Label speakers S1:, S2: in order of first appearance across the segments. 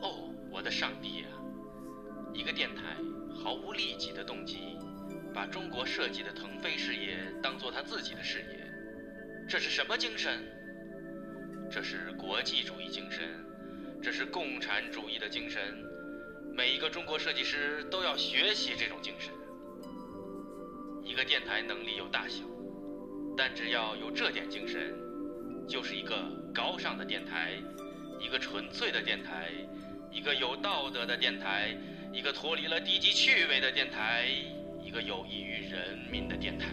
S1: 哦我的上帝啊！一个电台毫无利己的动机，把中国设计的腾飞事业当做他自己的事业，这是什么精神？这是国际主义精神，这是共产主义的精神。每一个中国设计师都要学习这种精神。一个电台能力有大小，但只要有这点精神，就是一个高尚的电台，一个纯粹的电台，一个有道德的电台，一个脱离了低级趣味的电台，一个有益于人民的电台。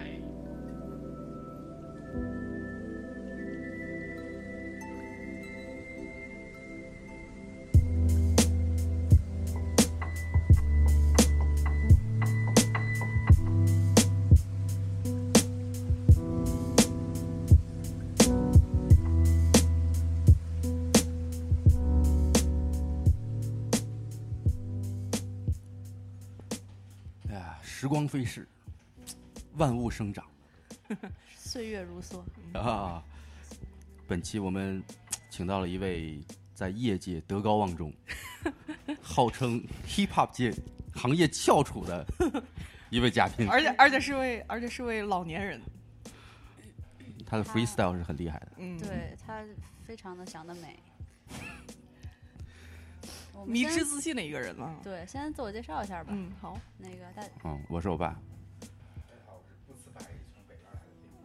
S2: 哎呀，时光飞逝，万物生长
S3: 岁月如梭，嗯
S2: 啊！本期我们请到了一位在业界德高望重，号称 hip hop 界行业翘楚的一位嘉 宾，
S4: 而且而且是位而且是位老年人，
S2: 他的 freestyle 是很厉害的。
S4: 嗯，，
S3: 对
S5: 他非常的想得美。我们
S4: 迷
S5: 先
S4: 之自信的一个人了。
S5: 对，先自我介绍一下吧。
S4: 嗯，好，
S5: 那个大
S2: 嗯，我是我爸，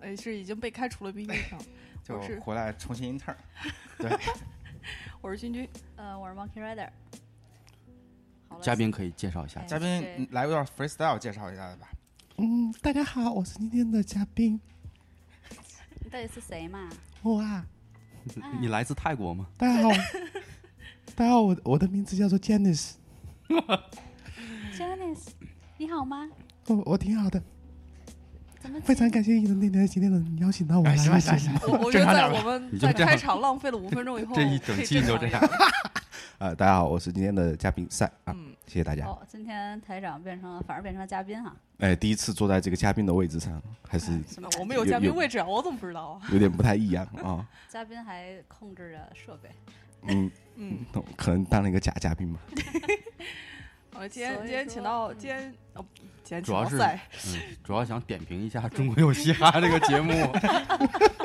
S4: 哎，是已经被开除了兵役上，
S6: 就
S4: 我是
S5: 哦
S6: 回来重新 intern。对，
S4: 我是君君，
S5: 呃，我是 Monkey Rider。好了，
S2: 嘉宾可以介绍一下
S5: 哎。
S6: 嘉
S5: 对
S6: 宾嗯来一段 freestyle 介绍一下吧。
S7: 嗯，大家好，我是今天的嘉宾，
S5: 你到底是谁嘛？
S7: 我啊，
S5: 啊
S2: 你来自泰国吗？
S7: 大 家好，大家好，我我的名字叫做 Janice，
S5: ，Janice，你好吗？
S7: 我我挺好的，
S5: 怎么
S7: 非常感谢你的那天今天能邀请到我来
S6: 哎，行了
S7: 录节
S6: 行
S7: 目
S6: 了行了，
S4: 我我觉
S6: 正
S4: 得
S6: 常点
S4: 在
S6: 吧
S4: 我们
S2: 你就
S4: 在
S2: 这样
S4: 开场浪费了五分钟以后，
S2: 这一整
S4: 可以
S2: 期你就这
S4: 正常
S2: 样
S4: 一。
S8: 啊，大家好，我是今天的嘉宾赛啊，
S4: 嗯，
S8: 谢谢大家。
S5: 哦，今天台长变成了，反而变成了嘉宾哈。
S8: 哎，第一次坐在这个嘉宾的位置上，还
S7: 哎
S8: 是
S5: 什
S4: 那
S5: 么？
S4: 我们有嘉宾位置啊，我怎么不知道啊？
S8: 有点不太一样啊。
S5: 嘉宾还控制着设备。
S8: 嗯，
S4: 嗯，
S8: 可能当了一个假嘉宾吧。
S4: 我今天
S5: 所以
S4: 今天请
S5: 说
S4: 到
S5: 嗯
S4: 今天哦，今天
S2: 主
S4: 请
S2: 要
S4: 到
S2: 是
S4: 赛，
S2: 嗯，主要想点评一下《中国有嘻哈》这个节目。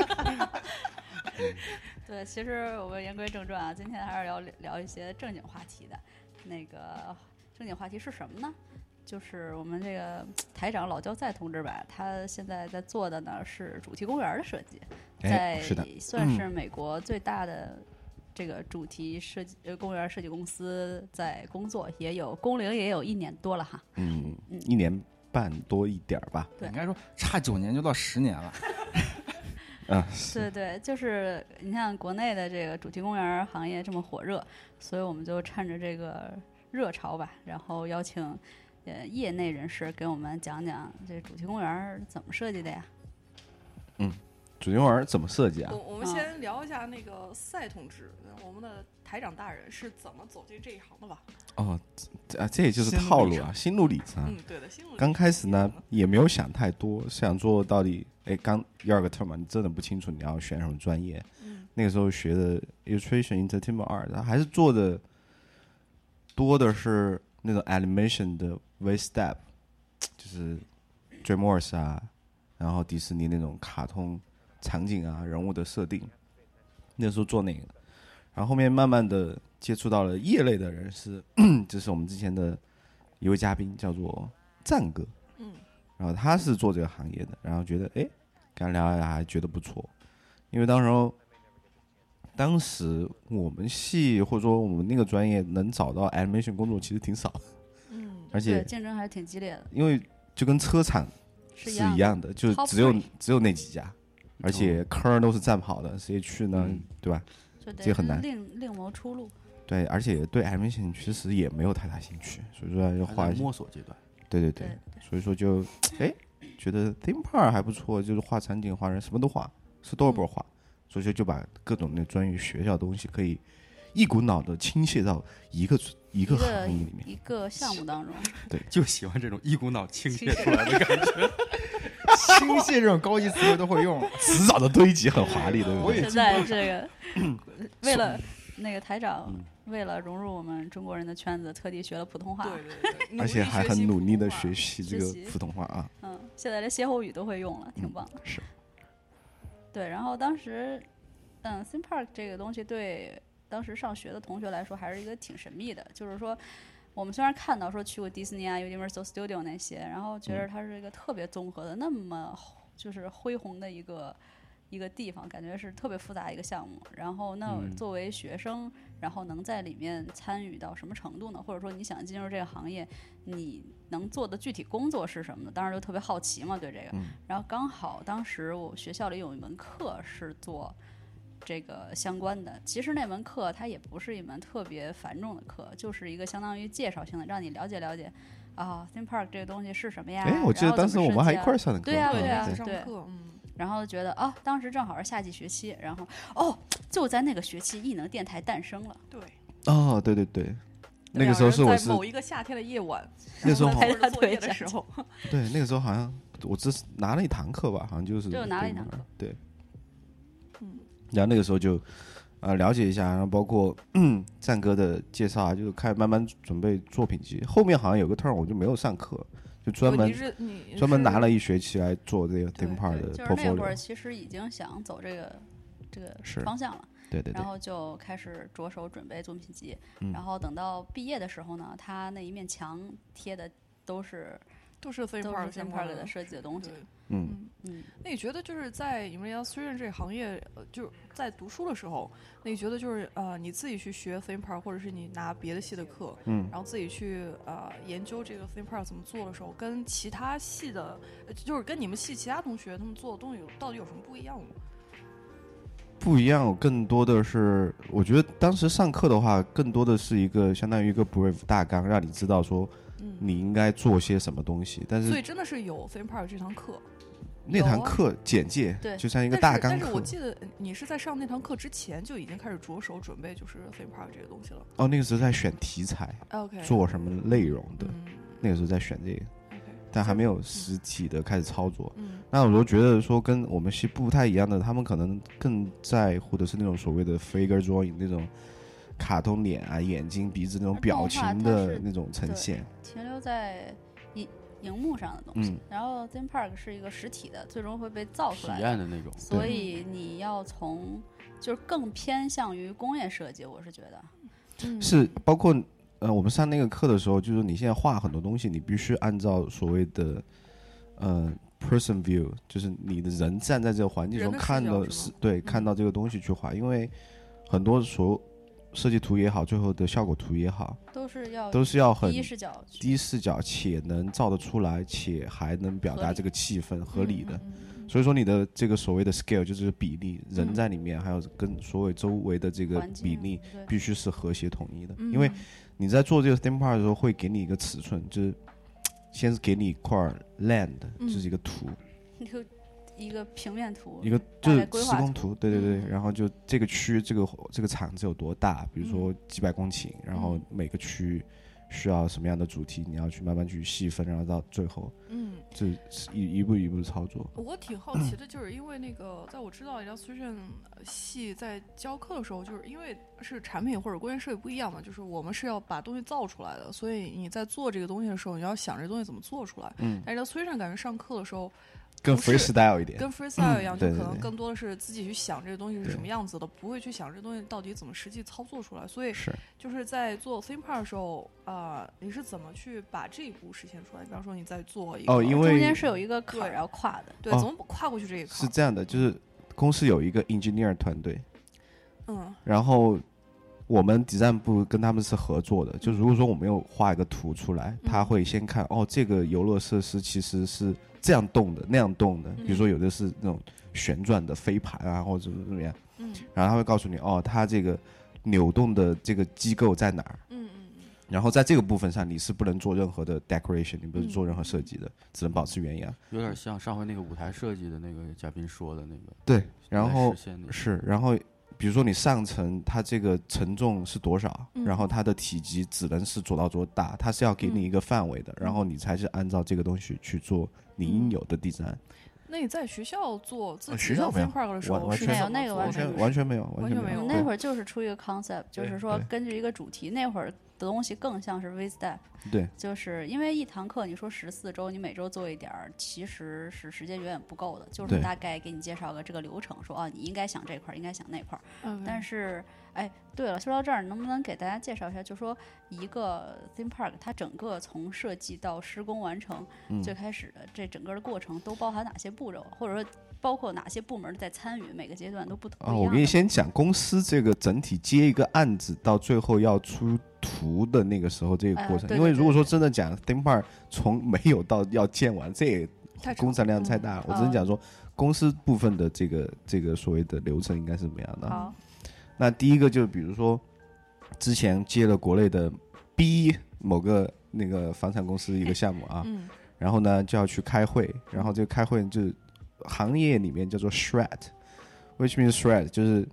S5: 对，其实我们言归正传啊，今天还是聊聊一些正经话题的。那个正经话题是什么呢？就是我们这个台长老焦赛同志吧，他现在在做的呢是主题公园的设计，在
S8: 哎，是的，
S5: 算是美国最大的这个主题设计呃公园设计公司在工作，也有工龄也有一年多了哈。
S8: 嗯，一年半多一点儿吧。
S5: 对
S6: 应该说差九年就到十年 了。
S7: 嗯
S8: 啊，
S5: 对对，就是你看国内的这个主题公园儿行业这么火热，所以我们就趁着这个热潮吧，然后邀请呃业内人士给我们讲讲这主题公园儿怎么设计的呀？
S8: 主题公园怎么设计啊
S7: 嗯
S4: 我？我们
S5: 啊
S4: 先聊一下那个赛同志，我们的台长大人是怎么走进这一行的吧？
S8: 哦，这啊，这也就是套路啊，心路历程啊。
S4: 嗯，对的，心路历
S8: 刚开始呢
S4: 程，
S8: 也没有想太多，想做到底。哎，刚第二个 term 嘛，你真的不清楚你要选什么专业。
S4: 嗯
S8: 那个时候学的 illustration entertainment 二，然后还是做的多的是那种 animation 的 way step，就是 DreamWorks 啊，然后迪士尼那种卡通场景啊、人物的设定，那时候做那个，然后后面慢慢的接触到了业内的人士， 就是我们之前的一位嘉宾叫做战哥，
S4: 嗯，
S8: 然后他是做这个行业的，然后觉得哎，跟他聊一聊还觉得不错，因为当时候当时我们系或者说我们那个专业能找到 animation 工作其实挺少的，
S4: 嗯，
S8: 而
S5: 对，
S8: 且
S5: 竞争还是挺激烈的，
S8: 因为就跟车厂
S5: 是
S8: 是
S5: 一样的。
S8: 一样的，就
S5: Top
S8: 只有
S5: three
S8: 只有那几家，而且坑儿都是占跑的，谁去呢？
S2: 嗯
S8: 对吧？
S5: 就得
S8: 这很难
S5: 另另谋出路。
S8: 对，而且对 animation 其实也没有太大兴趣，所以说就
S2: 还
S8: 花
S2: 在
S8: 一些
S2: 摸索阶段，
S8: 对对
S5: 对
S8: 对，所以说就哎觉得 theme park 还不错，就是画场景、画人什么都画，storyboard 画，所以说就把各种那专业学校的东西可以一股脑的倾泻到一个一个
S5: 一个
S8: 行业里面。
S5: 一个项目当中，
S2: 就喜欢这种一股脑倾泻出来的感觉。
S6: 倾泻这种高级词汇都会用，
S8: 迟早的堆积很华丽，对不
S6: 我也
S8: 对？
S5: 现在这个为了那个台长
S8: 嗯
S5: 为了融入我们中国人的圈子，特地学了普通话。
S4: 对对对，努
S8: 而
S4: 力
S8: 且还
S4: 学
S8: 很
S4: 习
S8: 努
S4: 普
S8: 力
S4: 通
S8: 的
S4: 话
S8: 学习
S5: 学
S8: 这
S5: 习
S8: 个普通话啊，
S5: 嗯，现在连歇后语都会用了，挺棒的。
S8: 是，
S5: 对，然后当时，嗯，theme park 这个东西对当时上学的同学来说还是一个挺神秘的，就是说。我们虽然看到说去过迪士尼啊、Universal Studio 那些，然后觉得它是一个特别综合的、那么就是恢宏的一个一个地方，感觉是特别复杂一个项目。然后那
S2: 嗯
S5: 作为学生，然后能在里面参与到什么程度呢？或者说你想进入这个行业，你能做的具体工作是什么呢？当时就特别好奇嘛，对这个。
S8: 嗯
S5: 然后刚好当时我学校里有一门课是做这个相关的，其实那门课它也不是一门特别繁重的课，就是一个相当于介绍性的，让你了解了解啊，theme park 这个东西是什么呀？
S8: 哎，我记
S5: 然
S8: 得
S5: 后
S8: 当时
S5: 怎么
S8: 我
S5: 设
S8: 们还一
S5: 计啊
S8: 块儿上的课，
S5: 对啊对啊
S8: 嗯
S4: 上
S5: 对
S4: 课，嗯，
S5: 然后觉得啊，当时正好是夏季学期，然后哦，就在那个学期，异能电台诞生了。
S4: 对。
S8: 哦，对对对，那个
S4: 两
S8: 时候
S4: 人
S8: 是我
S4: 在
S8: 是
S4: 某一个夏天的夜晚，
S8: 那时候
S4: 然
S8: 好
S4: 后在做着
S5: 好
S4: 作业的时 候，
S8: 对那个时候好像我只是拿了一堂课吧，好像就是
S5: 就拿了一
S8: 对
S5: 堂课
S8: 对，
S4: 嗯，
S8: 然后那个时候就呃了解一下，然后包括 战哥的介绍啊，就是开始慢慢准备作品集，后面好像有个 turn 我就没有上课，就专
S4: 不
S8: 门
S4: 哦你是你
S8: 专门拿
S4: 是
S8: 了一学期来做这个 theme
S4: 对
S8: park 的
S5: 就是那会儿
S8: portfolio，
S5: 其实已经想走这个这个
S8: 是
S5: 方向了，
S8: 对对对
S5: 然，后就开始着手准备作品集。
S8: 嗯
S5: 然后等到毕业的时候呢，他那一面墙贴的都是
S4: 都是 theme
S5: 都是
S4: park
S5: theme
S4: 相关
S5: park
S4: 的
S5: 的设计的东西
S4: 对。。
S8: 嗯，
S5: 嗯，
S4: 那你觉得就是在你们要虽然这个行业，呃就是在读书的时候，那你觉得就是呃你自己去学 theme park，或者是你拿别的系的课，
S8: 嗯
S4: 然后自己去呃研究这个 theme park 怎么做的时候，跟其他系的，呃就是跟你们系其他同学他们做的东西有到底有什么不一样吗？
S8: 不一样，更多的是我觉得当时上课的话，更多的是一个相当于一个 brief 大纲，让你知道说
S4: 嗯，
S8: 你应该做些什么东西。但
S4: 所以
S8: 是
S4: 真的是有 theme park 这堂课，
S8: 那堂课简介
S5: 对
S8: 就像一个
S4: 但
S8: 大
S4: 是
S8: 纲
S4: 但是
S8: 课
S4: 我记得你是在上那堂课之前就已经开始着手准备就是 theme park 这个东西了。
S8: 哦，那个时候在选题材，
S4: OK，
S8: 做什么内容的，
S4: 嗯
S8: 那个时候在选这个，
S4: ，OK，
S8: 但还没有实体的开始操作。
S4: 嗯
S8: 那我就觉得说跟我们系不太一样的，他们可能更在乎的是那种所谓的 figure drawing 那种卡通脸啊、眼睛、鼻子那
S4: 呃
S8: 种
S5: 而
S8: 表
S5: 动画
S8: 情
S5: 它
S8: 的
S5: 是
S8: 那种呈
S5: 对
S8: 现。
S5: 停留在荧荧幕上的东西。
S8: 嗯，
S5: 然后 theme park 是一个实体的，最终会被造
S2: 体
S5: 出来的。
S2: 验的那种。
S5: 所
S8: 对
S5: 以你要从就是更偏向于工业设计，我是觉得，
S4: 嗯，
S8: 是包括呃，我们上那个课的时候，就是你现在画很多东西，你必须按照所谓的呃 person view，就是你的人站在这个环境中
S4: 人的视
S8: 看
S4: 角
S8: 到
S4: 是
S8: 是
S4: 吗嗯
S8: 对看到这个东西去画，因为很多所设计图也好，最后的效果图也好，
S5: 都是要
S8: 都是要很
S5: 哦第一视角去
S8: 第一视角且能照得出来，且还能表
S5: 合
S8: 达
S5: 理
S8: 这个气氛合理的。
S5: 嗯嗯嗯
S8: 所以说你的这个所谓的 scale 就是比例，人
S5: 嗯
S8: 在里面，还有跟所有周围的这个
S5: 环境啊
S8: 比例
S5: 对
S8: 必须是和谐统一的，
S4: 嗯
S8: 因为你在做这个 theme park 的时候，会给你一个尺寸，就是先是给你一块 land，、
S4: 嗯
S8: 就是一个图，
S5: 就一个平面图，
S8: 一个
S5: 大
S8: 就
S5: 概
S8: 是
S5: 规
S8: 施
S5: 划
S8: 工图，对对对，
S5: 嗯
S8: 然后就这个区这个这个场子有多大，比如说几百公顷，然后
S5: 嗯
S8: 每个区需要什么样的主题，你要去慢慢去细分，然后到最后
S4: 嗯。
S8: 这是一一步一步操作。
S4: 我挺好奇的，就是因为那个，在我知道 illustration 系在教课的时候，就是因为是产品或者工业设计不一样嘛，就是我们是要把东西造出来的，所以你在做这个东西的时候，你要想这东西怎么做出来。
S8: 嗯，
S4: 但 illustration 感觉上课的时候
S8: 更
S4: 不是
S8: freestyle 一点，
S4: 跟 freestyle 一 样，就
S8: 对对
S4: 可能
S8: 对
S4: 更多的是自己去想这个东西是
S8: 对
S4: 什么样子的，不会去想这东西到底怎么实际操作出来。所以
S8: 是。
S4: 就是在做 theme park 的时候，啊，你是怎么去把这一步实现出来？比方说你在做一个
S8: 哦因为
S5: 中间是有一个坎儿
S4: 对
S5: 要跨的，
S4: 对，
S8: 哦
S4: 怎么跨过去这一
S8: 是
S4: 坎？
S8: 这样的，就是公司有一个 engineer 团队，
S4: 嗯
S8: 然后我们 design 部跟他们是合作的。就如果说我们有画一个图出来，他会先看哦，这个游乐设施其实是这样动的，那样动的。比如说有的是那种旋转的飞盘啊，或者怎么怎么样，
S4: 嗯
S8: 然后他会告诉你哦，它这个扭动的这个机构在哪儿。
S4: 嗯嗯嗯，
S8: 然后在这个部分上，你是不能做任何的 decoration，你不能
S4: 嗯
S8: 做任何设计的，只能保持原样。
S2: 有点像上回那个舞台设计的那个嘉宾说的那个，
S8: 对，然后
S2: 实现那个
S8: 是，然后比如说你上层，它这个承重是多少，
S4: 嗯
S8: 然后它的体积只能是多到多大，它
S5: 嗯嗯
S8: 是要给你一个范围的，然后你才是按照这个东西去做你应有的 design，、
S4: 那你在学校做自
S8: 呃
S4: 己
S8: 学校
S4: 的
S8: 没有
S4: think park 的时候，
S8: 完完
S4: 是
S8: 全
S4: 怎么
S5: 没有那个完
S4: 做
S8: 完
S4: 这
S8: 全
S4: 事
S8: 完全没有，
S4: 完
S8: 全
S4: 全没
S8: 有
S4: 有。
S5: 我
S8: 对
S5: 那会儿就是出于一个 concept，就是
S8: 对
S5: 说
S8: 对
S5: 根据一个主题，那会儿的东西更像是 V step，
S8: 对，
S5: 就是因为一堂课你说十四周，你每周做一点儿，其实是时间远远不够的，就是
S8: 对
S5: 大概给你介绍个这个流程，说啊，你应该想这块儿，应该想那块儿。
S4: 嗯
S5: 但是，哎，对了，说到这儿，能不能给大家介绍一下，就说一个 theme park 它整个从设计到施工完成，
S8: 嗯
S5: 最开始的这整个的过程都包含哪些步骤，或者说包括哪些部门在参与，每个阶段都不同。
S8: 啊，
S5: 不一
S8: 我
S5: 样
S8: 给你
S5: 的
S8: 先讲公司这个整体接一个案子到最后要出图的那个时候这个
S5: 哎
S8: 过程，
S5: 对
S8: 因为
S5: 对
S8: 如果
S5: 对
S8: 说真的讲 theme park 从没有到要建完，这也
S5: 嗯
S4: 太长
S8: 工程量太大了。我只能
S5: 啊
S8: 讲说公司部分的这个这个所谓的流程应该是怎么样的。
S5: 好，
S8: 那第一个就比如说之前接了国内的 B 某个那个房产公司一个项目啊，
S4: 嗯
S8: 然后呢就要去开会，然后这个开会就行业里面叫做 shred，which means shred 就是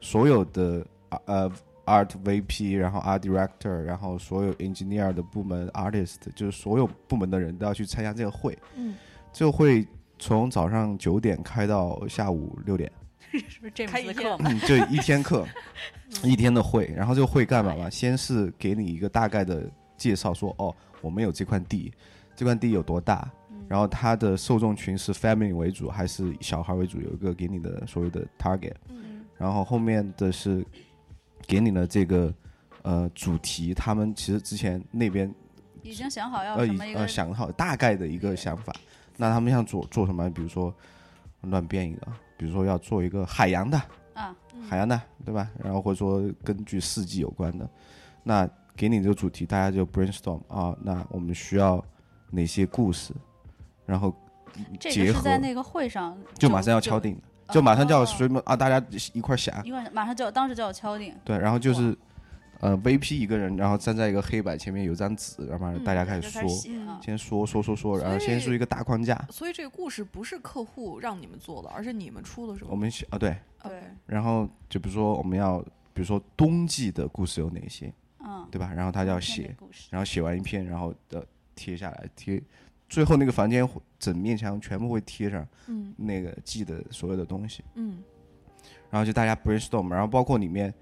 S8: 所有的啊呃 art VP，然后 art director，然后所有 engineer 的部门 artist，就是所有部门的人都要去参加这个会，
S4: 嗯，
S8: 这个会从早上九点开到下午六点。
S5: 是不是这
S3: 开一
S5: 门
S3: 天
S5: 课嘛？
S8: 嗯，就一天课， 一天的会，然后这个会干嘛嘛？先是给你一个大概的介绍说，哦，我们有这块地，这块地有多大，
S5: 嗯
S8: 然后它的受众群是 family 为主还是小孩为主，有一个给你的所谓的 target，
S3: 嗯
S8: 然后后面的是给你的这个呃主题，他们其实之前那边
S5: 已经想好要
S8: 呃
S5: 哦什
S8: 已
S5: 么一个
S8: 呃想好大概的一个想法，那他们想做做什么？比如说乱编一个，比如说要做一个海洋的。
S5: 啊，
S4: 嗯
S8: 海洋的，对吧？然后或者说根据四季有关的，那给你这个主题，大家就 brainstorm 啊，那我们需要哪些故事，然后
S5: 这
S8: 结
S5: 个是
S8: 合
S5: 在那个哦会上
S8: 就马上要敲，定了，就马上就要随便啊，大家一块儿想，
S5: 一块马上就要当时就要敲定，
S8: 对，然后就是呃 VP 一个人，然后站在一个黑板前面有张纸，然后大家开
S5: 嗯就
S8: 始
S5: 开始
S8: 说，
S5: 写啊。
S8: 先说说说说，然后
S4: 所以
S8: 先说一个大框架，
S4: 所以这个故事不是客户让你们做的，而是你们出的是吧？
S8: 我们想啊对，
S5: 对，
S8: 然后就比如说我们要比如说冬季的故事有哪些，
S5: 嗯，
S8: 对吧？然后他就要
S5: 今
S8: 写
S5: 天的。故事
S8: 然后写完一篇，然后呃贴下来贴，最后那个房间会整面墙全部会贴上
S4: 嗯
S8: 那个记的所有的东西，
S4: 嗯
S8: 然后就大家 brainstorm，然后包括里面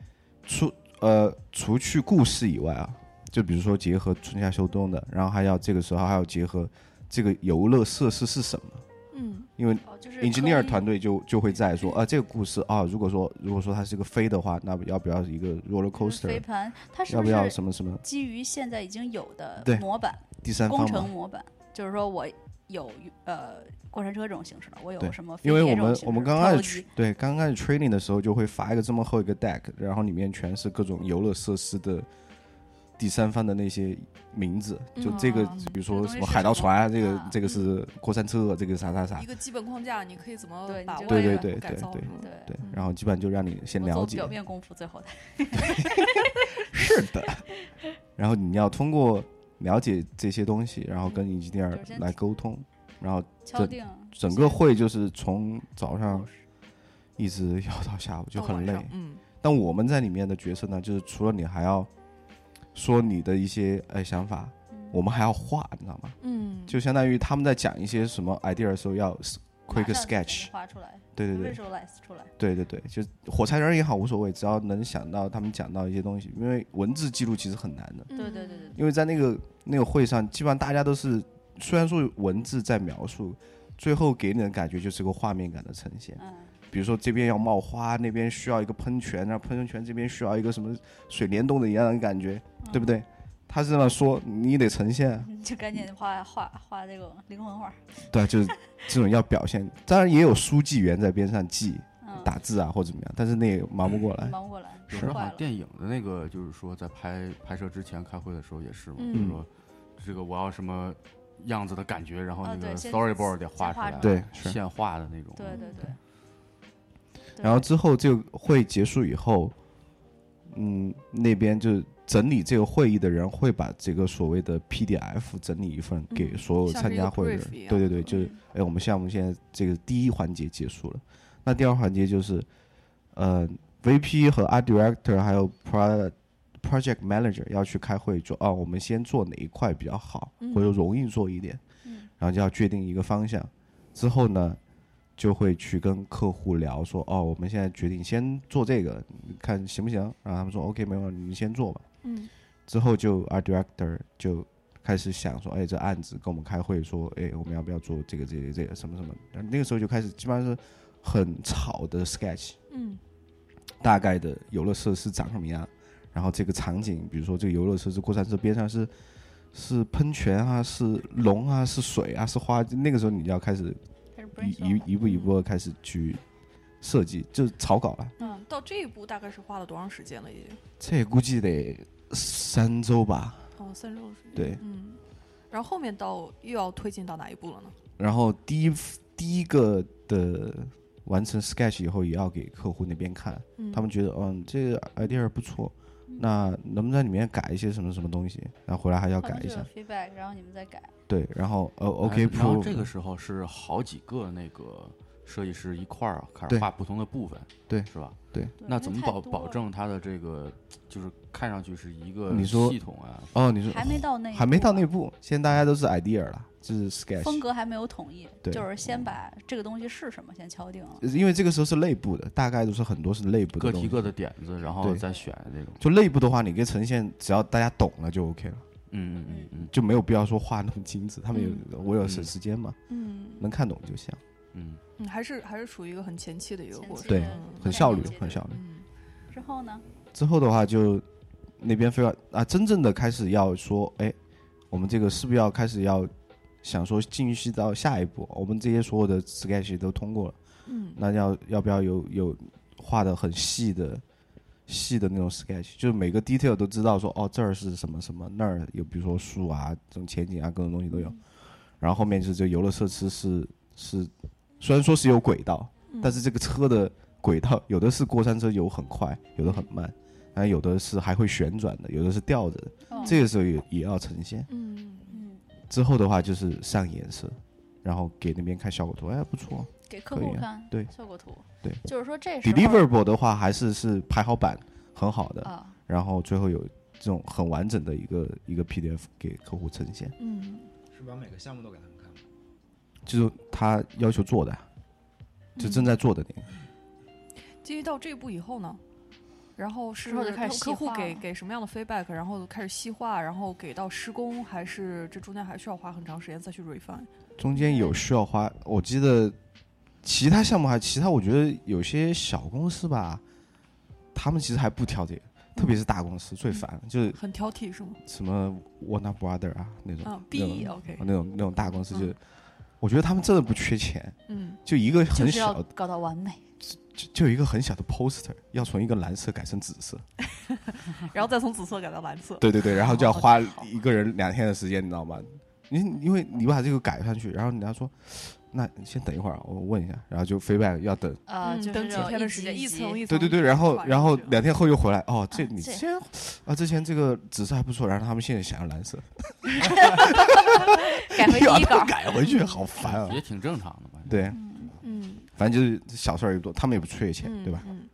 S8: 除呃除去故事以外啊，就比如说结合春夏秋冬的，然后还要这个时候还要结合这个游乐设施是什么，
S4: 嗯
S8: 因为
S5: 哦，就是
S8: engineer
S5: 刻意
S8: 团队就就会在说啊这个故事啊，如果说如果说它是个飞的话，那要不要一个 roller
S5: 就是嗯飞
S8: coaster，
S5: 盘，它是
S8: 要
S5: 不
S8: 不
S5: 是
S8: 要什么什么
S5: 基于现在已经有的
S8: 对
S5: 模板、
S8: 第三
S5: 工
S8: 方嘛
S5: 程？模板？就是说我有呃过山车这种形式的，我
S8: 对
S5: 有什么飞
S8: 因为
S5: 碟
S8: 我
S5: 这种
S8: 们
S5: 形式
S8: 我们刚开始 tra- 对刚开始 training 的时候，就会发一个这么厚一个 deck，然后里面全是各种游乐设施的第三方的那些名字，就这个、
S4: 嗯
S8: 比
S5: 这
S8: 如说
S5: 个东西
S8: 什么
S5: 是
S8: 海盗
S5: 什么
S8: 船，这个
S5: 啊
S8: 这个是过山车，啊这个啥啥啥
S4: 一，个基本框架，你可以怎么
S5: 对你
S4: 把
S5: 就
S4: 握
S5: 对
S4: 这
S8: 对
S4: 个
S8: 对
S4: 改
S8: 对
S4: 造
S8: 对
S4: 什么的
S5: 对
S8: 对，然后基本上就让你先
S5: 我
S8: 了
S5: 做
S8: 解
S5: 表，面功夫，最后的
S8: 是的， 然后你要通过了解这些东西，然后跟
S5: 就
S8: engineer
S5: 是先
S8: 来沟通，然后
S5: 敲
S8: 整
S5: 定
S8: 整
S5: 这
S8: 个
S5: 些
S8: 会就是从早上
S5: 故事
S8: 一直 要到下午就
S4: 到
S8: 很
S4: 晚
S8: 累
S4: 上，嗯
S8: 但我们在里面的角色呢，就是除了你还要说你的一些呃想法，
S5: 嗯
S8: 我们还要画，你知道吗？
S4: 嗯，
S8: 就相当于他们在讲一些什么 idea 的时候要 s-
S5: 马上就
S8: quick
S5: 能
S8: sketch，
S5: 画出来，
S8: 对对对
S5: visualize 出来，
S8: 对对对，就火柴人也好无所谓，只要能想到他们讲到一些东西，因为文字记录其实很难的，
S4: 嗯
S5: 对对对对
S8: 因为在那个那个会上，基本上大家都是虽然说文字在描述，最后给你的感觉就是个画面感的呈现。
S5: 嗯，
S8: 比如说这边要冒花，那边需要一个喷泉，然后喷泉这边需要一个什么水帘洞的一样的感觉，对不对？他是这么说，你得呈现啊，
S5: 嗯？ 就赶紧画画画这种灵魂画，
S8: 对啊， 就是这种要表现。当然也有书记员在边上记
S5: 嗯，
S8: 打字啊或者怎么样，但是那也忙不过来。
S5: 忙不过来，
S2: 有
S8: 是
S2: 时候好
S5: 坏
S2: 像
S5: 了，
S2: 电影的那个，就是说在拍拍摄之前开会的时候也是嘛，
S4: 嗯
S2: 就是说这个我要什么样子的感觉，然后那
S5: 啊
S2: 个
S5: 对先
S2: storyboard 得画
S5: 先
S2: 出来，
S5: 画出
S8: 来对是
S2: 现画的那种。哎
S5: 对对对。对
S8: 然后之后这个会结束以后，嗯，那边就是整理这个会议的人会把这个所谓的 PDF 整理一份给
S4: 嗯
S8: 所有
S4: 像
S8: 参
S4: 是一个
S8: 加会的人
S4: brief 一。样
S8: 对对对，
S4: 的
S8: 就是
S5: 嗯
S8: 哎，我们项目现在这个第一环节结束了，那第二环节就是，呃，VP 和 Art Director 还有 Product Project Manager 要去开会，说啊，我们先做哪一块比较好，
S4: 嗯
S8: 或者容易做一点，
S5: 嗯
S8: 然后就要确定一个方向。之后呢，就会去跟客户聊说，哦，我们现在决定先做这个，你看行不行？然后他们说 OK，没问题，你先做吧。
S4: 嗯
S8: 之后就 art director 就开始想说，哎，这案子跟我们开会说，哎，我们要不要做这个这个这个什么什么？然后那个时候就开始基本上是很吵的 sketch，
S4: 嗯
S8: 大概的游乐设施长什么样，然后这个场景，比如说这个游乐设施过山车边上是是喷泉啊，是龙啊，是水啊，是花，那个时候你要开始
S5: 开始
S8: 一
S5: brainstorm
S8: 一一步一步地开始去设计，就是草稿了。
S4: 嗯，到这一步大概是花了多长时间了？已经
S8: 这估计得三周吧，
S4: 哦，三周的时间。
S8: 对。
S4: 嗯，然后后面到又要推进到哪一步了呢？
S8: 然后第一第一个的完成 sketch 以后，也要给客户那边看，
S4: 嗯，
S8: 他们觉得，嗯，这个 idea 不错，那能不能在里面改一些什么什么东西？然后回来还要
S5: 好
S8: 改
S5: 像嗯哦就
S8: 一下
S5: 有，feedback，然后你们再改。
S8: 对，然后呃，OK
S2: 哎然后
S8: pro，
S2: 这个时候是好几个那个设计师一块儿开始
S8: 对
S2: 画不同的部分，
S8: 对
S2: 是吧？
S5: 对
S2: 那
S5: 因为
S2: 怎么
S5: 太
S2: 保
S5: 多
S2: 保
S5: 了
S2: 证它的这个就是看上去是一个
S8: 你说
S2: 系统啊？
S8: 哦，你说
S5: 还没到那啊一
S8: 还没到那
S5: 步
S8: 步，现在大家都是 idea 了，就是 sketch
S5: 风格还没有统一，
S8: 对
S5: 就是先把这个东西是什么先敲定了。
S8: 因为这个时候是内部的，大概都是很多是内部的
S2: 各
S8: 东
S2: 提
S8: 西。
S2: 各的点子，然后
S8: 对
S2: 再选这种。
S8: 就内部的话，你给呈现，只要大家懂了就 OK 了，
S2: 嗯嗯嗯
S8: 就没有必要说画那么精致。他们有我有省时间嘛，
S4: 嗯
S8: 能看懂就行，
S2: 嗯
S4: 嗯，还是还是处于一个很前期的一个
S5: 前
S4: 过
S5: 期
S4: 程。
S8: 对
S5: 的
S4: 嗯
S8: 很效率
S5: 概念，
S8: 很效率。
S4: 嗯
S5: 之后呢，
S8: 之后的话就那边非要啊，真正的开始要说，哎，我们这个是不是要开始要想说进行到下一步？我们这些所有的 sketch 都通过了，
S4: 嗯
S8: 那要要不要有有画的很细的细的那种 sketch？就是每个 detail 都知道说，哦，这儿是什么什么，那儿有比如说树啊，这种前景啊，各种东西都有。然后后面就是这个游乐设施是是，虽然说是有轨道，
S5: 嗯
S8: 但是这个车的轨道有的是过山车有很快，有的很慢，然后有的是还会旋转的，有的是吊着的，
S5: 哦
S8: 这个时候也也要呈现。
S4: 嗯，
S5: 嗯，
S8: 之后的话就是上颜色，然后给那边看效果图，哎不错。
S5: 给客
S8: 可以
S5: 户
S8: 啊
S5: 看
S8: 对
S5: 效果图，
S8: 对
S5: 就是说这时候
S8: Deliverable 的话还是是排好版很好的，
S5: 啊，
S8: 然后最后有这种很完整的一个一个 PDF 给客户呈现，
S6: 是把每个项目都给他们 看吗？
S8: 就是他要求做的，就正在做的那个。
S4: 基于到这一步以后呢，然后是
S5: 之后就开始
S4: 客
S5: 细
S4: 户
S5: 化
S4: 给
S5: 了
S4: 给什么样的 feedback，然后开始细化，然后给到施工，还是这中间还需要花很长时间再去 refine？
S8: 中间有需要花，我记得其他项目还其他，我觉得有些小公司吧，他们其实还不挑这个，特别是大公司最烦，就是
S4: 很挑剔是吗？
S8: 什么 Warner Brother 啊那
S4: 啊
S8: 种，那种
S4: ，B OK，
S8: 那种那种大公司就
S4: 嗯，
S8: 我觉得他们真的不缺钱，
S4: 嗯
S8: 就一个
S5: 就
S8: 很
S5: 是要
S8: 小的
S5: 搞到完美，
S8: 就就一个很小的 poster 要从一个蓝色改成紫色，
S4: 嗯 然后再从紫色改到蓝色。
S8: 对对对，然后就要花
S4: 好
S8: 一个人两天的时间，你知道吗？你因为你把这个改上去，然后人家说，那你先等一会儿啊，我问一下，然后就 feedback 要等，
S5: 啊，
S4: 嗯
S5: 就是
S4: 等几
S5: 这种
S4: 天的
S5: 一
S4: 时
S5: 级
S4: 间，一
S5: 级
S4: 层一层。
S8: 对对对，然后
S4: 款
S8: 然后
S4: 这样
S8: 两天后又回来，哦，这
S5: 啊
S8: 你
S5: 这
S8: 之前啊，之前这个紫色还不错，然后他们现在想要蓝色，
S5: 改 回
S8: 要
S5: 第一稿
S8: 他，改回去，好烦啊
S2: 嗯，也。挺正常的吧？
S8: 对，
S4: 嗯，
S8: 反正就是小事儿也不多，他们也不缺钱，对吧？
S4: 嗯，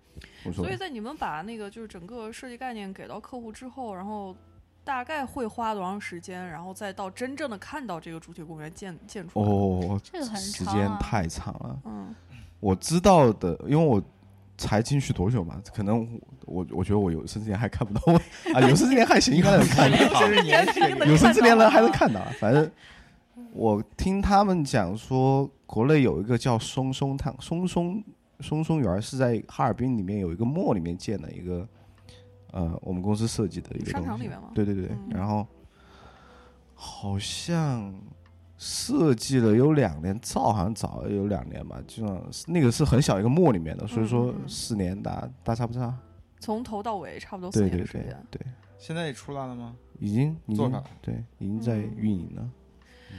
S8: 无所
S4: 所以
S8: 谓。
S4: 在你们把那个就是整个设计概念给到客户之后，然后大概会花多长时间，然后再到真正的看到这个主题公园建建出来？，
S8: 哦，
S5: 这个很
S8: 时
S5: 长
S8: 间
S5: 啊
S8: 太长了。
S4: 嗯
S8: 我知道的，因为我才进去多久嘛，可能我我觉得我有生之年还看不到我 啊，有生之年还行，应该能看到， 有生之年了还能看到啊，反正我听他们讲说，国内有一个叫松松汤松松松松园，是在哈尔滨里面有一个墨里面建的一个，呃，我们公司设计的一个
S4: 商
S8: 东
S4: 场
S8: 西
S4: 里面吗
S8: 对对对，
S4: 嗯
S8: 然后好像设计了有两年，造好像早有两年吧，基本上是那个是很小一个墨里面的，所以说
S4: 嗯嗯
S8: 四年大大差不差。
S4: 从头到尾差不哦多四
S8: 对
S4: 年
S8: 对
S4: 的时
S8: 对
S4: 间。
S8: 对，
S6: 现在出来了吗？
S8: 已经已
S6: 做出来
S8: 经
S6: 了嗯
S8: 对已经在
S4: 嗯
S8: 运营了，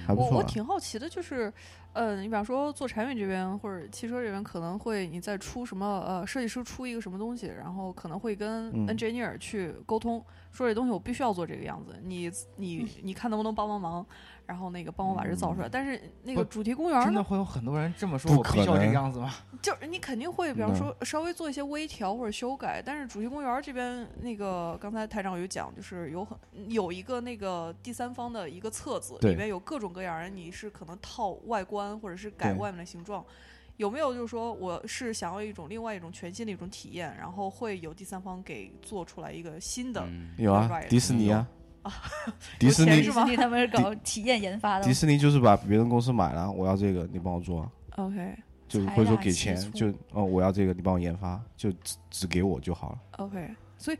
S8: 还不
S4: 我
S8: 错
S4: 我
S8: 啊。
S4: 挺好奇的，就是，呃，你比方说做产品这边或者汽车这边，可能会你再出什么呃，设计师出一个什么东西，然后可能会跟
S8: 嗯
S4: engineer 去沟通，说这东西我必须要做这个样子，你
S8: 嗯
S4: 你你看能不能帮帮忙，然后那个帮我把这造出来。但是那个
S6: 不
S4: 主题公园
S6: 真的
S4: 呢，
S6: 会有很多人这么说，
S8: 不
S6: 我
S8: 可
S6: 必须要这个
S8: 能
S6: 样子吗？
S4: 就是你肯定会，比方
S8: 那
S4: 说稍微做一些微调或者修改，但是主题公园这边那个刚才台长有讲，就是有很有一个那个第三方的一个册子，
S8: 对
S4: 里面有各种各样的，你是可能套外观或者是改
S8: 对
S4: 外面的形状。有没有就是说我是想要一种另外一种全新的一种体验，然后会有第三方给做出来一个新的？
S2: 嗯，
S8: 有啊，
S4: Right
S8: 迪士尼啊， 迪
S4: 有
S8: 士
S4: 钱
S8: 尼
S5: 迪
S4: 是
S5: 士
S4: 吗
S5: 尼他们是搞体验研发的
S8: 迪，士尼就是把别的公司买了，我要这个，你帮我做啊，
S4: OK
S8: 就
S5: 财
S8: 或者说
S5: 大
S8: 给
S5: 气
S8: 钱，
S5: 粗
S8: 就哦，我要这个，你帮我研发，就只只给我就好了。
S4: OK，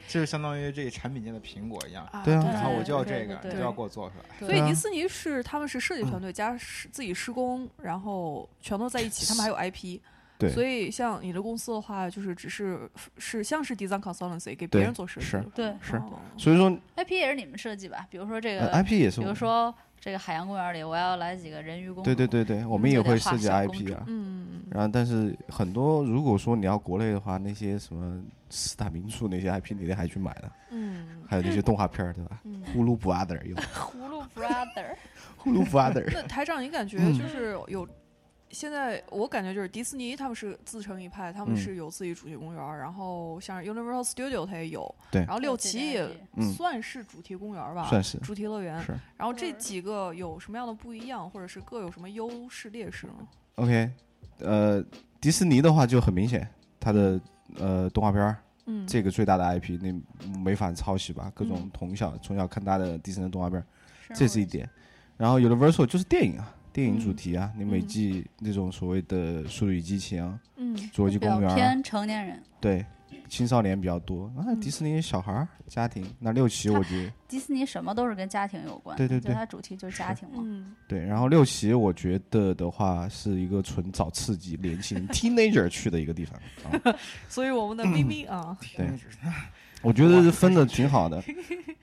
S6: 就是相当于这个产品界的苹果一样，
S4: 啊
S8: 对啊
S6: 然后我
S5: 对
S6: 就要
S5: 对
S6: 这个，
S5: 对
S6: 你就要给我做出来。
S4: 所以
S8: 对啊
S4: 迪士尼是他们是设计
S8: 嗯
S4: 团队加施自己施工，然后全都在一起，他们还有 IP。
S8: 对
S4: 所以像你的公司的话，就是只是是像是 design consultancy 给别人做设计
S8: 是
S4: 的，
S5: 对
S8: 是
S4: 哦
S8: 所以说、
S5: IP 哎也是你们设计吧？比如说这
S8: 呃
S5: 个，
S8: IP 也是
S5: 比
S8: 我
S5: 如
S8: 们，
S5: 说这个海洋公园里，我要来几个人鱼公主，
S8: 对对对对，我
S5: 嗯
S8: 们
S5: 就
S8: 也
S5: 得
S8: 会
S5: 画
S8: 设计
S5: 小
S8: IP
S5: 公
S8: 啊。
S4: 嗯，
S8: 然后，但是很多如果说你要国内的话，那些什么四大名著那些 IP 你得还去买的，
S4: 嗯
S8: 还有那些动画片儿，对吧？
S4: 嗯
S8: 呼噜 brother 有，
S5: 葫芦 brother，
S8: 呼噜 brother
S4: 那台长，你感觉
S8: 嗯
S4: 就是有、现在我感觉就是迪士尼他们是自成一派，他们
S8: 嗯
S4: 是有自己主题公园儿，然后像 Universal Studio 它也有，
S8: 对
S5: 哦
S4: 然后六旗也
S8: 嗯
S4: 算是主题公园儿吧，
S8: 算是
S4: 主题乐园。
S8: 是
S4: 然后这
S5: 对
S4: 几个有什么样的不一样，或者是各有什么优势劣势呢？
S8: OK，呃，迪士尼的话就很明显，它的呃动画片儿
S4: 嗯，
S8: 这个最大的 IP，那没法抄袭吧？各种
S4: 嗯
S8: 从小从小看大的迪士尼动画片儿，
S5: 深
S8: 这
S5: 入
S8: 是一
S5: 人
S8: 点。然后 Universal 就是电影啊，电影主
S4: 嗯
S8: 题啊，你每
S4: 嗯
S8: 季那种所谓的《速度与激情》啊，
S4: 嗯
S8: 《侏罗纪
S5: 比
S8: 公
S5: 较
S8: 园》啊，
S5: 偏成年人。
S8: 对，青少年比较多。啊，迪
S4: 嗯
S8: 士尼小孩儿、家庭，那六旗
S5: 它
S8: 我觉得
S5: 迪士尼什么都是跟家庭有关，
S8: 对对
S5: 就
S8: 对
S5: 它主题就是家庭嘛。
S4: 嗯
S8: 对。然后六旗我觉得的话是一个纯找刺激年 轻人 teenager 去的一个地方啊。
S4: 所以我 们的咪咪啊，
S8: 对
S6: 天哪
S8: 我觉得分的挺好的。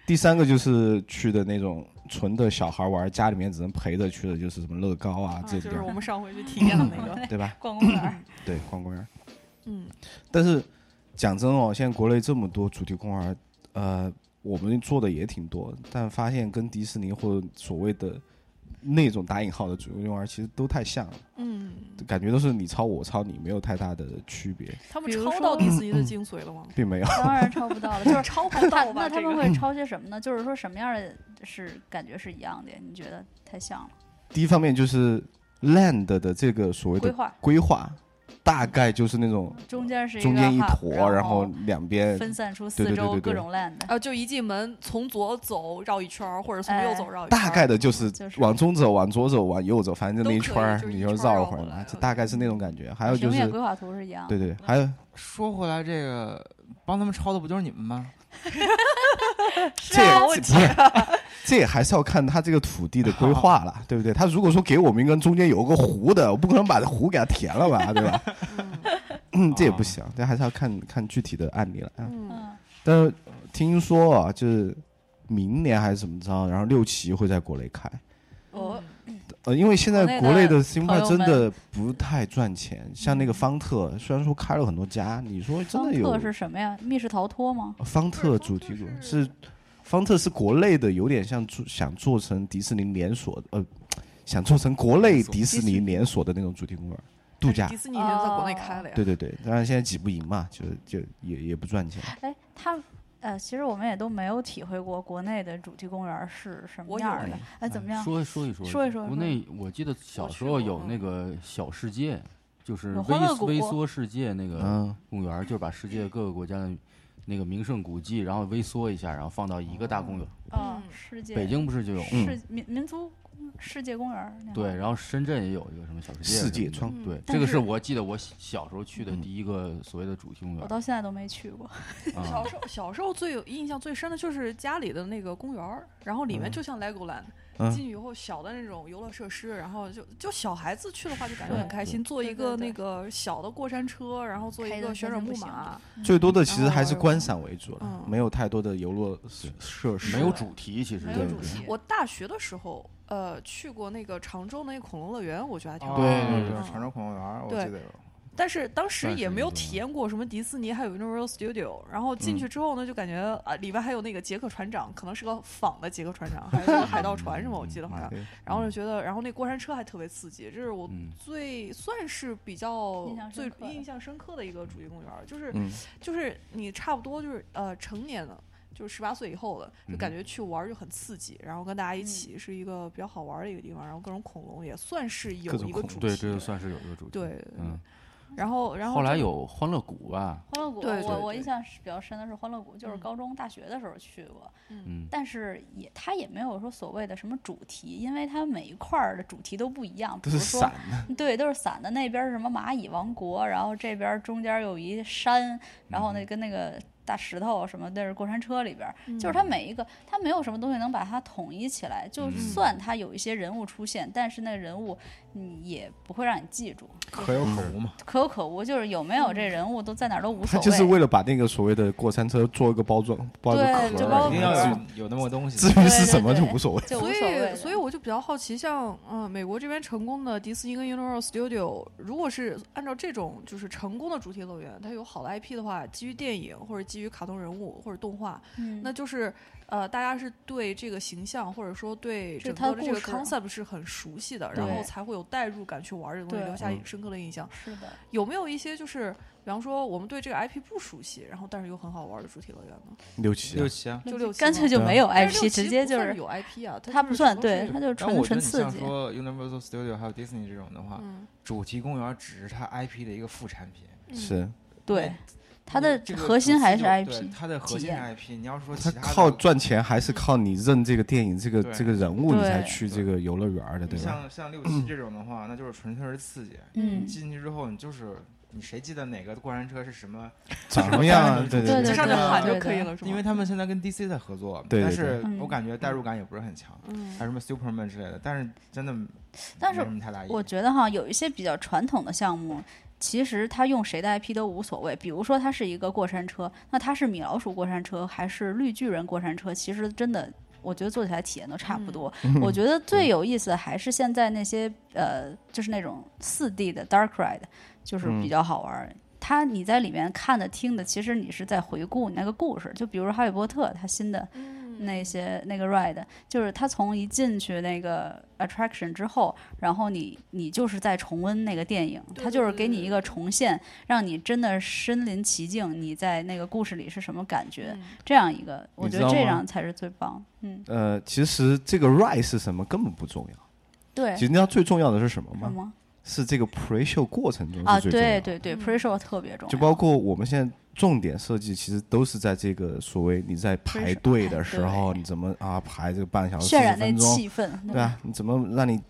S8: 第三个就是去的那种纯的小孩玩，家里面只能陪着去的，就是什么乐高啊
S4: 啊
S8: 这
S4: 就是
S8: 种，
S4: 我们上回去体验的那个，
S8: 对吧？
S5: 逛公园儿，
S8: 对，逛公园。
S4: 嗯
S8: 但是讲真哦，现在国内这么多主题公园，呃，我们做的也挺多，但发现跟迪士尼或者所谓的那种打引号的主题公园其实都太像了，
S4: 嗯，
S8: 感觉都是你抄我抄你，没有太大的区别，
S4: 他们
S5: 比如
S4: 抄
S5: 说
S4: 到迪士
S8: 嗯
S4: 尼的精髓 了吗？
S8: 并没有。
S5: 当然抄不到了， 就是
S4: 抄不
S5: 他
S4: 到吧？
S5: 那他
S4: 这
S5: 们
S4: 个
S5: 会抄些什么呢？就是说什么样的是感觉是一样的？你觉得太像了？
S8: 第一方面就是 land 的这个所谓
S5: 规
S8: 的
S5: 划
S8: 规划，大概就是那种
S5: 中间是一个
S8: 中间一
S5: hub，
S8: 坨，然
S5: 然
S8: 后
S5: 后
S8: 两边
S5: 分散出
S8: 对
S5: 四
S8: 对对
S5: 周
S8: 对
S5: 各
S8: 对
S5: 种 land，
S4: 啊，就一进门从左走绕一圈儿，或者从右
S5: 哎
S4: 走绕一圈儿，
S8: 大概的就是
S5: 就是
S8: 往中走、往左走、往右走，反正就那一圈儿
S4: 都可以就是
S8: 你
S4: 一
S8: 就
S4: 圈儿
S8: 绕
S4: 绕
S8: 一会儿
S4: 回
S8: 嘛
S4: 来，
S8: 就大概是那种感觉。还有就
S5: 平面
S8: 是
S5: 规划图是一样的。嗯
S8: 对对，还有
S6: 说回来，这个帮他们抄的不就是你们吗？
S8: 这
S4: 啊
S8: 也不是 这也还是要看他这个土地的规划了，对不对？他如果说给我们一根中间有个湖的，我不可能把湖给它填了吧，对吧？嗯， 这也不行，这还是要看看具体的案例了。嗯
S4: 嗯，
S5: 嗯，
S8: 但是听说啊，就是明年还是怎么着，然后六旗会在国内开。
S5: 我
S8: 呃，因为现在国
S5: 国
S8: 内
S5: 内
S8: 的
S5: 的
S8: Simpa 真的不太赚钱，像那个方特，虽然说开了很多家，你说真
S5: 方
S8: 的有呃
S5: 特是什么呀？密室逃脱吗？
S8: 方特主题馆是方特是国内的，有点像做想做成迪士尼连锁的，呃，想做成国内迪士尼连锁的那种主题公园度假
S4: 迪。士尼已经在国内开了呀。
S8: 对对对，当然现在挤不赢嘛，就就也也不赚钱。
S5: 哎，他呃，其实我们也都没有体会过国内的主题公园儿是什么
S4: 我
S5: 样
S4: 有
S5: 儿的。哎，怎么样？
S2: 说说一说，
S5: 说一说
S2: 国内我记得小时候有
S4: 嗯
S2: 那个小世界，就是
S5: 有
S2: 微
S5: 欢乐谷
S2: 微缩世界那个
S8: 嗯，
S2: 公园，就是把世界各个国家的那个名胜古迹，然后微缩一下，然后放到一个大公园。
S5: 啊，
S4: 嗯
S5: 世界
S2: 北京不是就有吗？
S8: 嗯
S5: 世民民族世界公园儿那
S2: 对，
S5: 样
S2: 然后深圳也有一个什么小世界什么的。
S8: 世界窗
S2: 对，
S5: 但
S2: 这个
S5: 是
S2: 是我记得我小小时候去的第一个所谓的主题公
S5: 我
S2: 园
S5: 到现在哦都没去过。
S2: 啊
S4: 小。时候小时候最有印象最深的就是家里的那个公园儿，然后里面就像 Legoland，、
S8: 嗯
S4: 进去以后小的那种游乐设施，然后就就小孩子去的话就感觉很开心，坐一
S5: 对
S4: 个
S5: 对
S4: 那个小的过山车，然后坐一
S5: 开
S4: 个
S5: 的
S4: 旋
S5: 真
S4: 转
S5: 的
S4: 木
S5: 不行
S4: 马，
S8: 最多的其实
S4: 然后
S8: 还是
S4: 有
S8: 观赏为主了，
S4: 嗯
S8: 没有太多的游乐设设施。
S2: 没有主题，其实
S5: 没
S8: 有
S2: 对
S8: 主题
S4: 我大学的时候呃去过那个常州那个恐龙乐园，我觉得还挺好
S6: 哦
S4: 玩的。
S2: 对对
S4: 对
S6: 常州恐龙园儿，我
S4: 对
S6: 记得有。
S4: 但是当
S2: 算
S4: 时
S2: 是
S4: 也没有
S2: 一个
S4: 体验过什么迪士尼，还有 Universal Studio。然后进去之后呢，就感觉啊，里边还有那个杰克船长，可能是个仿的杰克船长，还是个海盗船什么，我记得好像。
S8: 对
S4: 然后就觉得，然后那过山车还特别刺激，这是我
S2: 嗯
S4: 最算是比较
S5: 印象深
S4: 最
S5: 刻的
S4: 印象深刻的一个主题公园儿，就是
S8: 嗯
S4: 就是你差不多就是呃成年了，就是十八岁以后的，就
S2: 嗯
S4: 感觉去玩儿就很刺激，然后跟大家一
S5: 嗯
S4: 起是一个比较好玩儿的一个地方，然后各种恐龙也算是有
S8: 各种
S4: 一个
S8: 恐
S4: 主
S2: 对，
S4: 题
S2: 这就
S4: 的，
S2: 算是有一个主题。
S4: 对，对
S2: 嗯，
S4: 然后然后
S2: 后
S4: 这
S2: 来
S4: 个
S2: 有欢乐谷啊吧，
S5: 欢乐谷，
S4: 对
S5: 我
S2: 对
S5: 我
S4: 对
S5: 印象是比较深的是欢乐谷，就是
S4: 嗯
S5: 高中、大学的时候去过，
S2: 嗯，
S5: 但是也它也没有说所谓的什么主题，因为它每一块儿的主题都不一样，比
S8: 都
S5: 如
S8: 是
S5: 说
S8: 散的，
S5: 对，都是散的。那边儿是什么蚂蚁王国，然后这边儿中间儿有一山，然
S8: 嗯
S5: 后那跟那个大石头什么，那是过山车里边儿，
S4: 嗯
S5: 就是它每一个，它没有什么东西能把它统一起来。就
S4: 嗯
S5: 算它有一些人物出现，但是那个人物你也不会让你记住，
S6: 可有可无嘛。
S5: 可有可无，就是有没有
S4: 嗯
S5: 这人物都在哪儿都无
S8: 他
S5: 所
S8: 就是
S5: 谓。
S8: 为了把那个所谓的过山车做一个包装，包一个
S5: 对
S8: 壳
S5: 就
S8: 儿
S5: 包
S6: 一定
S5: 个壳
S6: 要
S5: 儿
S6: 有有那么个东
S8: 至
S6: 西。
S8: 于是什么
S5: 对
S8: 就
S5: 对对
S8: 无所谓。
S5: 就无
S4: 所
S5: 所谓
S4: 以，
S5: 的，
S4: 所以我就比较好奇，像嗯、呃美国这边成功的迪士尼跟 Universal Studio，如果是按照这种就是成功的主题乐园，它有好的 IP 的话，基于电影或者基于卡通人物或者动画，
S5: 嗯
S4: 那就是呃，大家是对这个形象或者说对
S5: 就是
S4: 整
S5: 它
S4: 个
S5: 的
S4: 的这个
S5: 故事
S4: concept 是很熟悉的，然后
S5: 对
S4: 才会有代入感去玩这个东西，
S5: 对
S4: 留下
S8: 嗯
S4: 深刻的印象。
S5: 是的，
S4: 有没有一些就是，比方说我们对这个 IP 不熟悉，然后但是又很好玩的主题乐园呢？
S8: 六七啊
S6: 六七啊，
S4: 就六七
S5: 干
S4: 嘛
S5: 脆就没有
S4: 但是
S5: IP，
S4: 六七
S5: 直接
S4: 不
S5: 就
S4: 算
S5: 是
S4: 有 IP 啊，
S5: 它
S4: 就
S5: 不
S4: 是
S5: 算
S4: 什么
S5: 对
S4: 是，
S5: 它就
S6: 但
S5: 纯
S6: 我觉
S5: 纯
S6: 得你
S5: 刺
S6: 像
S5: 激。
S6: 说 Universal Studio 还有 Disney 这种的话，
S4: 嗯
S6: 主题公园只是它 IP 的一个副产品，
S4: 嗯
S8: 是
S5: 对，它
S6: 你
S5: 的
S6: 这个
S5: 核心
S6: 主题
S5: 还是
S6: 就
S5: IP
S4: 嗯
S6: 对它的核
S5: 体
S6: 心是
S5: 验
S6: IP。你要说
S8: 他
S6: 其他的
S8: 靠赚钱还是靠你认这个电影、这个
S6: 对
S8: 这个人物，你
S5: 对
S8: 才去这个游乐园儿的，对吧？
S6: 像像六七这种的话，那就是纯粹是刺激。
S5: 嗯
S6: 你进去之后，你就是你谁记得哪个过山车是什么？
S8: 长什么样啊？
S6: 对
S8: 对
S5: 对
S4: 就
S8: 对，
S4: 上去
S5: 对
S4: 喊就
S5: 对
S4: 可以
S5: 对
S4: 了，是吗？
S6: 因为他们现在跟 DC 在合作，
S8: 对对
S6: 但
S8: 对
S6: 是
S5: 嗯
S6: 我感觉代入感也不是很强，
S4: 嗯
S6: 还有什么 Superman 之类的，但是真的
S5: 但是
S6: 没什么太大意义。
S5: 我觉得哈，有一些比较传统的项目，其实它用谁的 IP 都无所谓。比如说，它是一个过山车，那它是米老鼠过山车还是绿巨人过山车，其实真的。我觉得做起来体验都差不多。我觉得最有意思的还是现在那些呃，就是那种四 D 的 dark ride，就是比较好玩儿。它你在里面看的听的，其实你是在回顾你那个故事。就比如说《哈利波特》，它新的
S4: 嗯
S5: 那些那个 ride，就是它从一进去那个 attraction 之后，然后你你就是在重温那个电影，
S4: 对
S5: 它
S4: 对
S5: 就是
S4: 对
S5: 给你
S4: 对
S5: 一个
S4: 对
S5: 重现，让你真的身临其境，你在那个故事里是什么感觉，
S4: 嗯
S5: 这样一个，我
S8: 你
S5: 觉
S8: 知
S5: 得
S8: 道
S5: 这
S8: 吗
S5: 样才是最棒。嗯，
S8: 呃，其实这个 ride 是什么根本不重要，
S5: 对，
S8: 其实你知道最重要的是什么
S5: 什
S8: 吗？
S5: 么
S8: 是这个 pre show 过程中
S5: 嗯啊？
S8: 是最重要
S5: 对
S8: 的。
S5: 对对
S4: 嗯
S5: ，pre show 特别重要，
S8: 就包括我们现在重点设计，其实都是在这个所谓你在排队的时候，
S5: 对
S8: 你怎么啊排这个半小时、
S5: 渲
S8: 40
S5: 染那
S8: 分钟，
S5: 气氛，
S8: 对啊，你怎么让你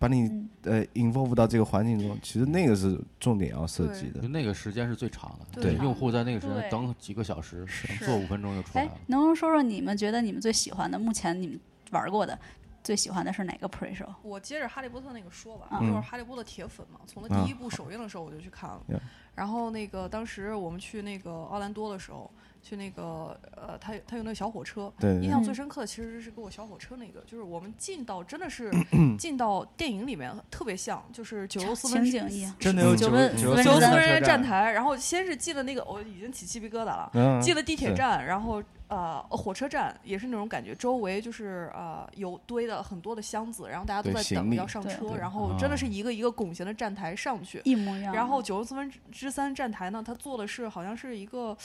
S8: 把你
S5: 嗯
S8: 呃 involve 到这个环境中？其实那个是重点要设计的
S2: 就。那个时间是最长的，
S4: 对
S2: 用户在那个时间
S5: 对
S2: 等几个小时，
S5: 是
S2: 坐五分钟就出来
S5: 哎
S2: 了。，
S5: 能不能说说你们觉得你们最喜欢的，目前你们玩过的最喜欢的是哪个啊 pre show？
S4: 我接着《哈利波特》那个说吧，
S5: 嗯
S4: 就是《哈利波特》铁粉嘛，从它第一部首映的时候我就去看了。
S8: Yeah
S4: 然后那个当时我们去那个奥兰多的时候，去那个呃，他他有那个小火车，
S8: 对
S4: 印
S8: 对
S5: 嗯
S4: 象最深刻的其实是跟我小火车那个，就是我们进到真的是进到电影里面特别像，就是九州四分
S5: 情景一样，
S6: 真的有
S5: 九
S6: 九
S5: 分
S6: 九
S5: 分
S4: 九
S5: 之
S4: 州四
S5: 三
S4: 分
S6: 车
S4: 人站
S6: 站，
S4: 台，然后先是进了那个，我已经起鸡皮疙瘩了。
S8: 嗯，
S4: 进了地铁
S8: 是
S4: 站，然后呃火车站也是那种感觉，周围就是呃有堆的很多的箱子，然后大家都
S8: 对
S4: 在
S8: 行
S4: 等
S8: 李
S4: 要上
S5: 对
S4: 车，
S8: 对
S4: 然后真的是一个一个拱形的站台上去，
S5: 一模一样的，
S4: 然后九十四分之三站台呢，它做的是好像是一个。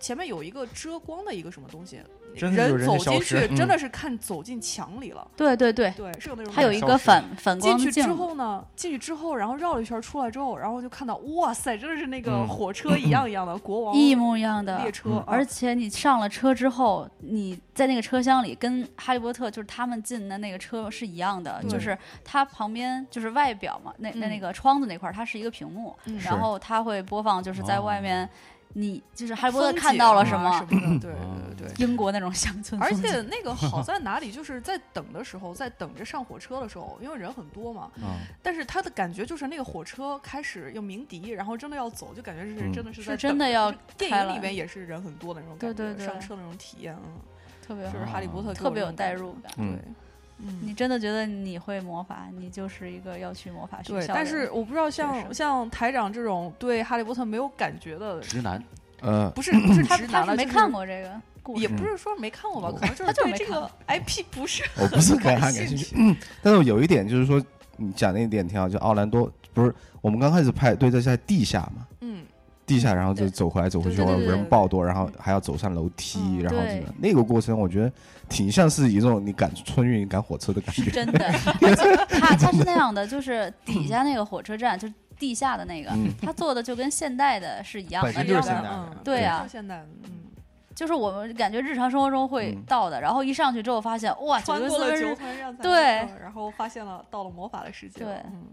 S4: 前面有一个遮光的一个什么东西，
S6: 真的有人
S4: 走
S6: 就消
S4: 进
S6: 失
S4: 去真
S8: 嗯
S4: 的是看走进墙里了，
S5: 对对对，
S4: 对，是有那种
S5: 它有
S4: 感
S5: 一
S4: 觉
S5: 个
S6: 失
S5: 反反光的
S4: 进去
S5: 镜
S4: 之
S5: 子
S4: 后呢，进去之后，然后绕了一圈出来之后，然后就看到哇塞，真的是那个火车一样一样的、国王
S5: 一模一样的
S4: 列车，
S5: 而
S4: 啊
S5: 且你上了车之后，你在那个车厢里跟哈利波特就是他们进的那个车是一样的，
S4: 对
S5: 就是它旁边就是外表嘛，那那
S4: 嗯
S5: 那个窗子那块儿它是一个屏幕，
S4: 嗯
S5: 然后它会播放就是在外面你就是哈利波特
S4: 哦风
S5: 看
S4: 景
S5: 到了
S4: 啊
S5: 什
S4: 什
S5: 么，
S4: 么的，对
S8: 嗯
S4: 对对对。
S5: 英国那种乡村
S4: 而
S5: 风景，
S4: 且那个好在哪里，就是在等的时候，在等着上火车的时候，因为人很多嘛。
S8: 啊
S4: 但是他的感觉就是那个火车开始要鸣笛，然后真的要走，就感觉是
S8: 嗯
S4: 真的是
S5: 是
S4: 在
S5: 真
S4: 等
S5: 的
S4: 着
S5: 要
S4: 就电
S5: 开
S4: 影
S5: 了
S4: 里面也是人很多的那种感
S5: 对对
S4: 觉，
S5: 对
S4: 上车的那种体验，嗯，
S5: 特别好
S4: 就是哈利波特给
S5: 特
S4: 我
S5: 别
S4: 这
S5: 有
S4: 种
S5: 代
S4: 感
S5: 入
S4: 觉
S5: 感。
S8: 嗯
S4: 对，嗯，
S5: 你真的觉得你会魔法，你就是一个要去魔法学校
S4: 对，
S5: 的人。
S4: 但是我不知道
S5: 生
S4: 像像台长这种对哈利波特没有感觉的，
S2: 直男，
S8: 呃，
S4: 不是不是
S5: 他
S4: 直男
S5: 他
S4: 了，
S5: 是没
S4: 就
S5: 看，过这个故
S4: 也
S5: 事，
S8: 嗯
S4: 不是说没看过吧，可能就
S5: 他
S4: 是
S5: 就是
S4: 对
S5: 没
S4: 这
S5: 看
S4: 个 IP 不是
S8: 我嗯不 是很
S4: 感
S8: 感兴
S4: 兴
S8: 趣，嗯，但是有一点就是说，啊你讲那一点挺好，就奥兰多不是我们刚开始排队在在地下嘛，
S4: 嗯
S8: 地下，然后就走回来走回去，
S5: 对对对
S8: 有人
S5: 对
S8: 爆多，然后还要走上楼梯，
S5: 嗯
S8: 然后
S5: 对
S8: 怎么样那个过程，我觉得挺像是一种你赶春运、赶火车的感觉。
S5: 真 的，而且他他是那样的，就是底下那个火车站，就是地下的那个，
S8: 嗯
S5: 他做的就跟现代的是一样
S6: 本
S5: 的
S6: 身就是
S5: 样
S6: 现代
S5: 的，
S6: 的
S4: 嗯，
S5: 对啊
S4: 就是现代的，嗯，
S5: 就是我们感觉日常生活中会
S8: 嗯
S5: 到的，然后一上去之后发现，哇，九
S4: 穿
S5: 十
S4: 过
S5: 四
S4: 了
S5: 分
S4: 九
S5: 是
S4: 团让咱
S5: 对
S4: 们然后发现了到了魔法的世界，
S5: 对
S4: 嗯，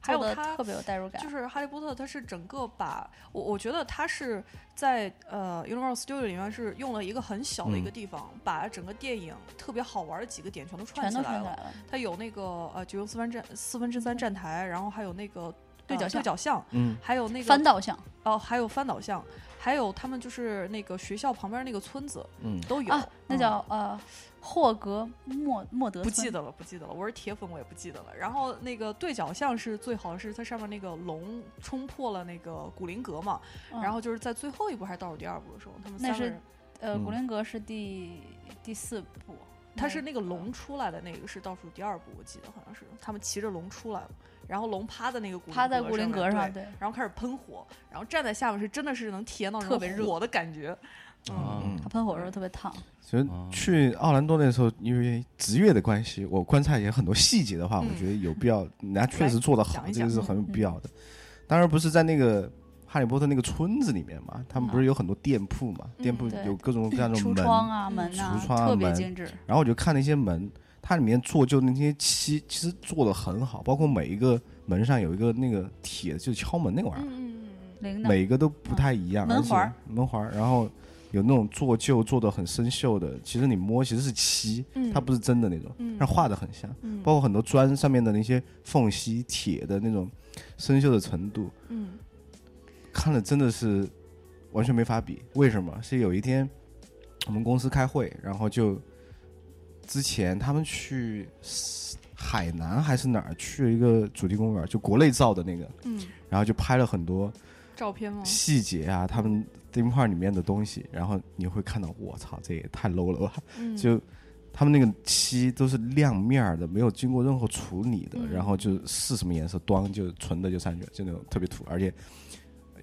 S4: 还
S5: 做
S4: 有
S5: 的
S4: 他
S5: 特别有代入感
S4: 就，是《哈利波特》，它是整个把我我觉得它是在呃 Universal Studio 里面是用了一个很小的一个
S8: 嗯
S4: 地方，把整个电影特别好玩的几个点全都串
S5: 全
S4: 起
S5: 都穿
S4: 来
S5: 起来
S4: 了。
S5: 了，
S4: 它有那个呃九又四分站四分之三站台，然后还有那个。
S5: 对
S4: 呃
S5: 角巷
S4: 对角巷，
S8: 嗯，
S4: 还有那个
S5: 翻倒像
S4: 哦，还有翻倒巷，还有他们就是那个学校旁边那个村子，
S8: 嗯
S4: 都有。
S5: 啊，那
S4: 嗯
S5: 叫呃霍格莫莫德
S4: 不
S5: 村
S4: 记得了，不记得了。我是铁粉，我也不记得了。然后那个对角巷是最好的是它上面那个龙冲破了那个古灵阁嘛，
S5: 嗯
S4: 然后就是在最后一部还是倒数第二部的时候，他们
S5: 那
S4: 三个
S5: 是
S4: 人，
S5: 呃
S8: 嗯
S5: 古灵阁是第第四部，
S4: 他是那个龙出来的那个是倒数第二部，我记得好像是他们骑着龙出来了，然后龙趴在那个古
S5: 趴在古灵阁
S4: 上面，
S5: 上，
S4: 对
S5: 对，
S4: 然后开始喷火，然后站在下面是真的是能体验到那
S5: 特
S4: 种
S5: 别热
S4: 火的感觉，嗯，
S2: 啊
S8: 嗯
S5: 他喷火的时候特别烫，
S8: 其实
S2: 哦
S8: 去奥兰多那时候，因为职业的关系，我观察一些很多细节的话，
S4: 嗯
S8: 我觉得有必要，人家确实做得好
S4: 讲，一
S8: 这
S4: 讲
S8: 个是
S5: 嗯
S8: 很有必要的。当然不是在那个哈利波特那个村子里面嘛，他们不是有很多店铺嘛，
S4: 嗯
S8: 店铺
S5: 嗯对
S8: 有各种各样的
S5: 橱
S8: 门，
S5: 窗啊门啊
S8: 橱窗啊
S5: 特别
S8: 门
S5: 精致，
S8: 然后我就看那些门，它里面做就那些漆，其实做的很好，包括每一个门上有一个那个铁，就是敲门那个玩意儿，
S4: 嗯嗯
S5: 铃铛
S8: 每一个都不太一样，
S5: 嗯门环儿
S8: 而且门环儿，然后有那种做旧做的很生锈的，其实你摸其实是漆，
S4: 嗯，
S8: 它不是真的那种，
S4: 嗯
S8: 但画的很像，
S4: 嗯
S8: 包括很多砖上面的那些缝隙、铁的那种生锈的程度，
S4: 嗯
S8: 看了真的是完全没法比。为什么？是有一天我们公司开会，然后就之前他们去海南还是哪儿去了一个主题公园，就国内造的那个，
S4: 嗯，
S8: 然后就拍了很多
S4: 照片吗？
S8: 细节啊，他们 theme park 里面的东西，然后你会看到，我操，这也太 low 了吧！
S4: 嗯
S8: 就他们那个漆都是亮面儿的，没有经过任何处理的，
S4: 嗯
S8: 然后就是什么颜色，咣就纯的就上去了，就那种特别土。而且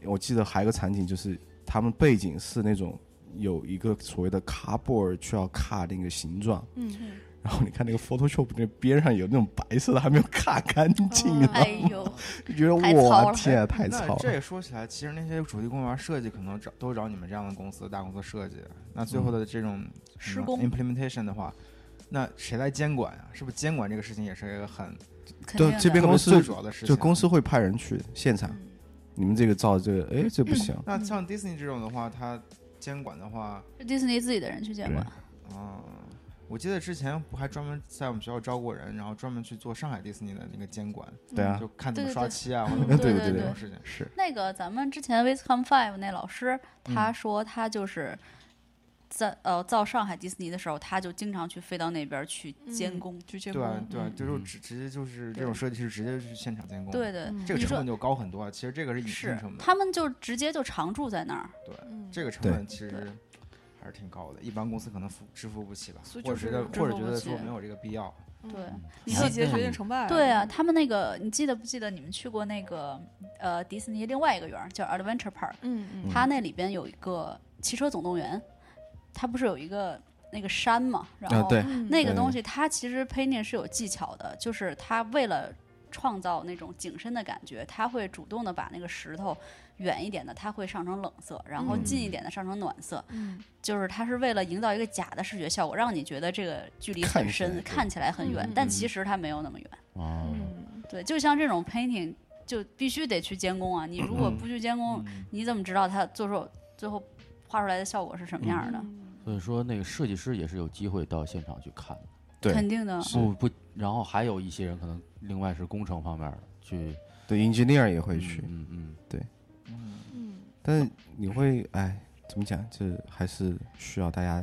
S8: 我记得还有一个场景，就是他们背景是那种有一个所谓的 cardboard 需要卡那个形状，
S4: 嗯，
S8: 然后你看那个 Photoshop 那边上有那种白色的还没有卡干净，
S4: 嗯
S8: 你知道
S5: 哎
S8: 吗？
S5: 呦，
S8: 就觉得
S5: 太糙
S8: 我
S5: 了
S8: 天啊，太
S7: 哎那
S8: 糙了。
S7: 这说起来，其实那些主题公园设计可能找都找你们这样的公司、大公司设计。那最后的这种
S4: 施
S7: 嗯
S4: 工
S7: implementation 的话，那谁来监管啊？是不是监管这个事情也是一个很
S5: 肯
S8: 对
S5: 定
S8: 这
S5: 的
S8: 边
S7: 特
S8: 公
S7: 别
S8: 司
S7: 最主要的事情？
S8: 就公司会派人去现场，
S4: 嗯
S8: 你们这个造这个，哎，这不行。
S7: 那像 Disney 这种的话，它监管的话，
S5: 是迪士尼自己的人去监管，
S7: 啊、我记得之前不还专门在我们学校招过人，然后专门去做上海迪士尼的那个监管，
S8: 对啊
S7: 就，看怎
S5: 对
S7: 么
S5: 对
S7: 刷
S5: 对
S7: 漆 啊，或
S5: 嗯
S7: 者
S5: 对
S8: 对
S7: 这
S8: 对
S7: 种事情。
S8: 是
S5: 那个咱们之前 Viscom Five 那老师，
S7: 嗯
S5: 他说他就是在呃造上海迪士尼的时候，他就经常去飞到那边去监
S4: 嗯
S5: 工。
S4: 去监
S7: 对啊
S4: 工，
S7: 对啊，
S4: 嗯
S7: 就是
S2: 嗯
S7: 直直接就是这
S5: 对
S7: 种设计师直接去现场监工，
S5: 对，对，
S4: 嗯
S7: 哦这个
S5: 你
S7: 成
S5: 说
S7: 本就高很多啊。其实这个是隐性
S5: 是
S7: 成本，
S5: 他们就直接就常住在那儿。
S4: 嗯
S7: 这个成
S8: 对
S7: 本其
S5: 对
S7: 实还是挺高的，一般公司可能付支付不起吧，
S4: 所以
S7: 或
S4: 就是
S7: 者觉得
S4: 支
S7: 或者
S5: 付
S7: 觉
S5: 不
S7: 得
S5: 起
S7: 说没有这个必 要。
S4: 嗯
S5: 对，你
S4: 细
S5: 说
S7: 嗯
S4: 节决定成败。
S5: 对啊，，他们那个你记得不记得你们去过那个呃迪士尼另外一个园儿叫 Adventure Park，
S4: 嗯嗯
S5: 它那里边有一个汽车总动员，它不是有一个那个山嘛，然
S7: 啊
S5: 后
S8: 啊对，
S4: 嗯
S5: 那个
S8: 对
S5: 东西它其实 painting 是有技巧的，就是它为了创造那种景深的感觉，它会主动的把那个石头远一点的，它会上成冷色，然后
S4: 嗯
S5: 近一点的上成暖色，
S4: 嗯
S5: 就是它是为了营造一个假的视觉效果，让你觉得这个距离很深，
S8: 看起来
S5: 看起来很远，
S4: 嗯
S5: 但其实它没有那么远。
S2: 啊，
S4: 嗯
S5: 对，就像这种 painting 就必须得去监工啊，你如果不去监工，你怎么知道它做出最后画出来的效果是什么样的？
S4: 嗯
S2: 所以说那个设计师也是有机会到现场去看的。
S8: 对
S5: 肯定的，
S8: 是
S2: 不不，然后还有一些人可能另外是工程方面的去
S8: 对，engineer 也会去，
S2: 嗯嗯
S4: 嗯
S8: 但是你会哎，怎么讲？这还是需要大家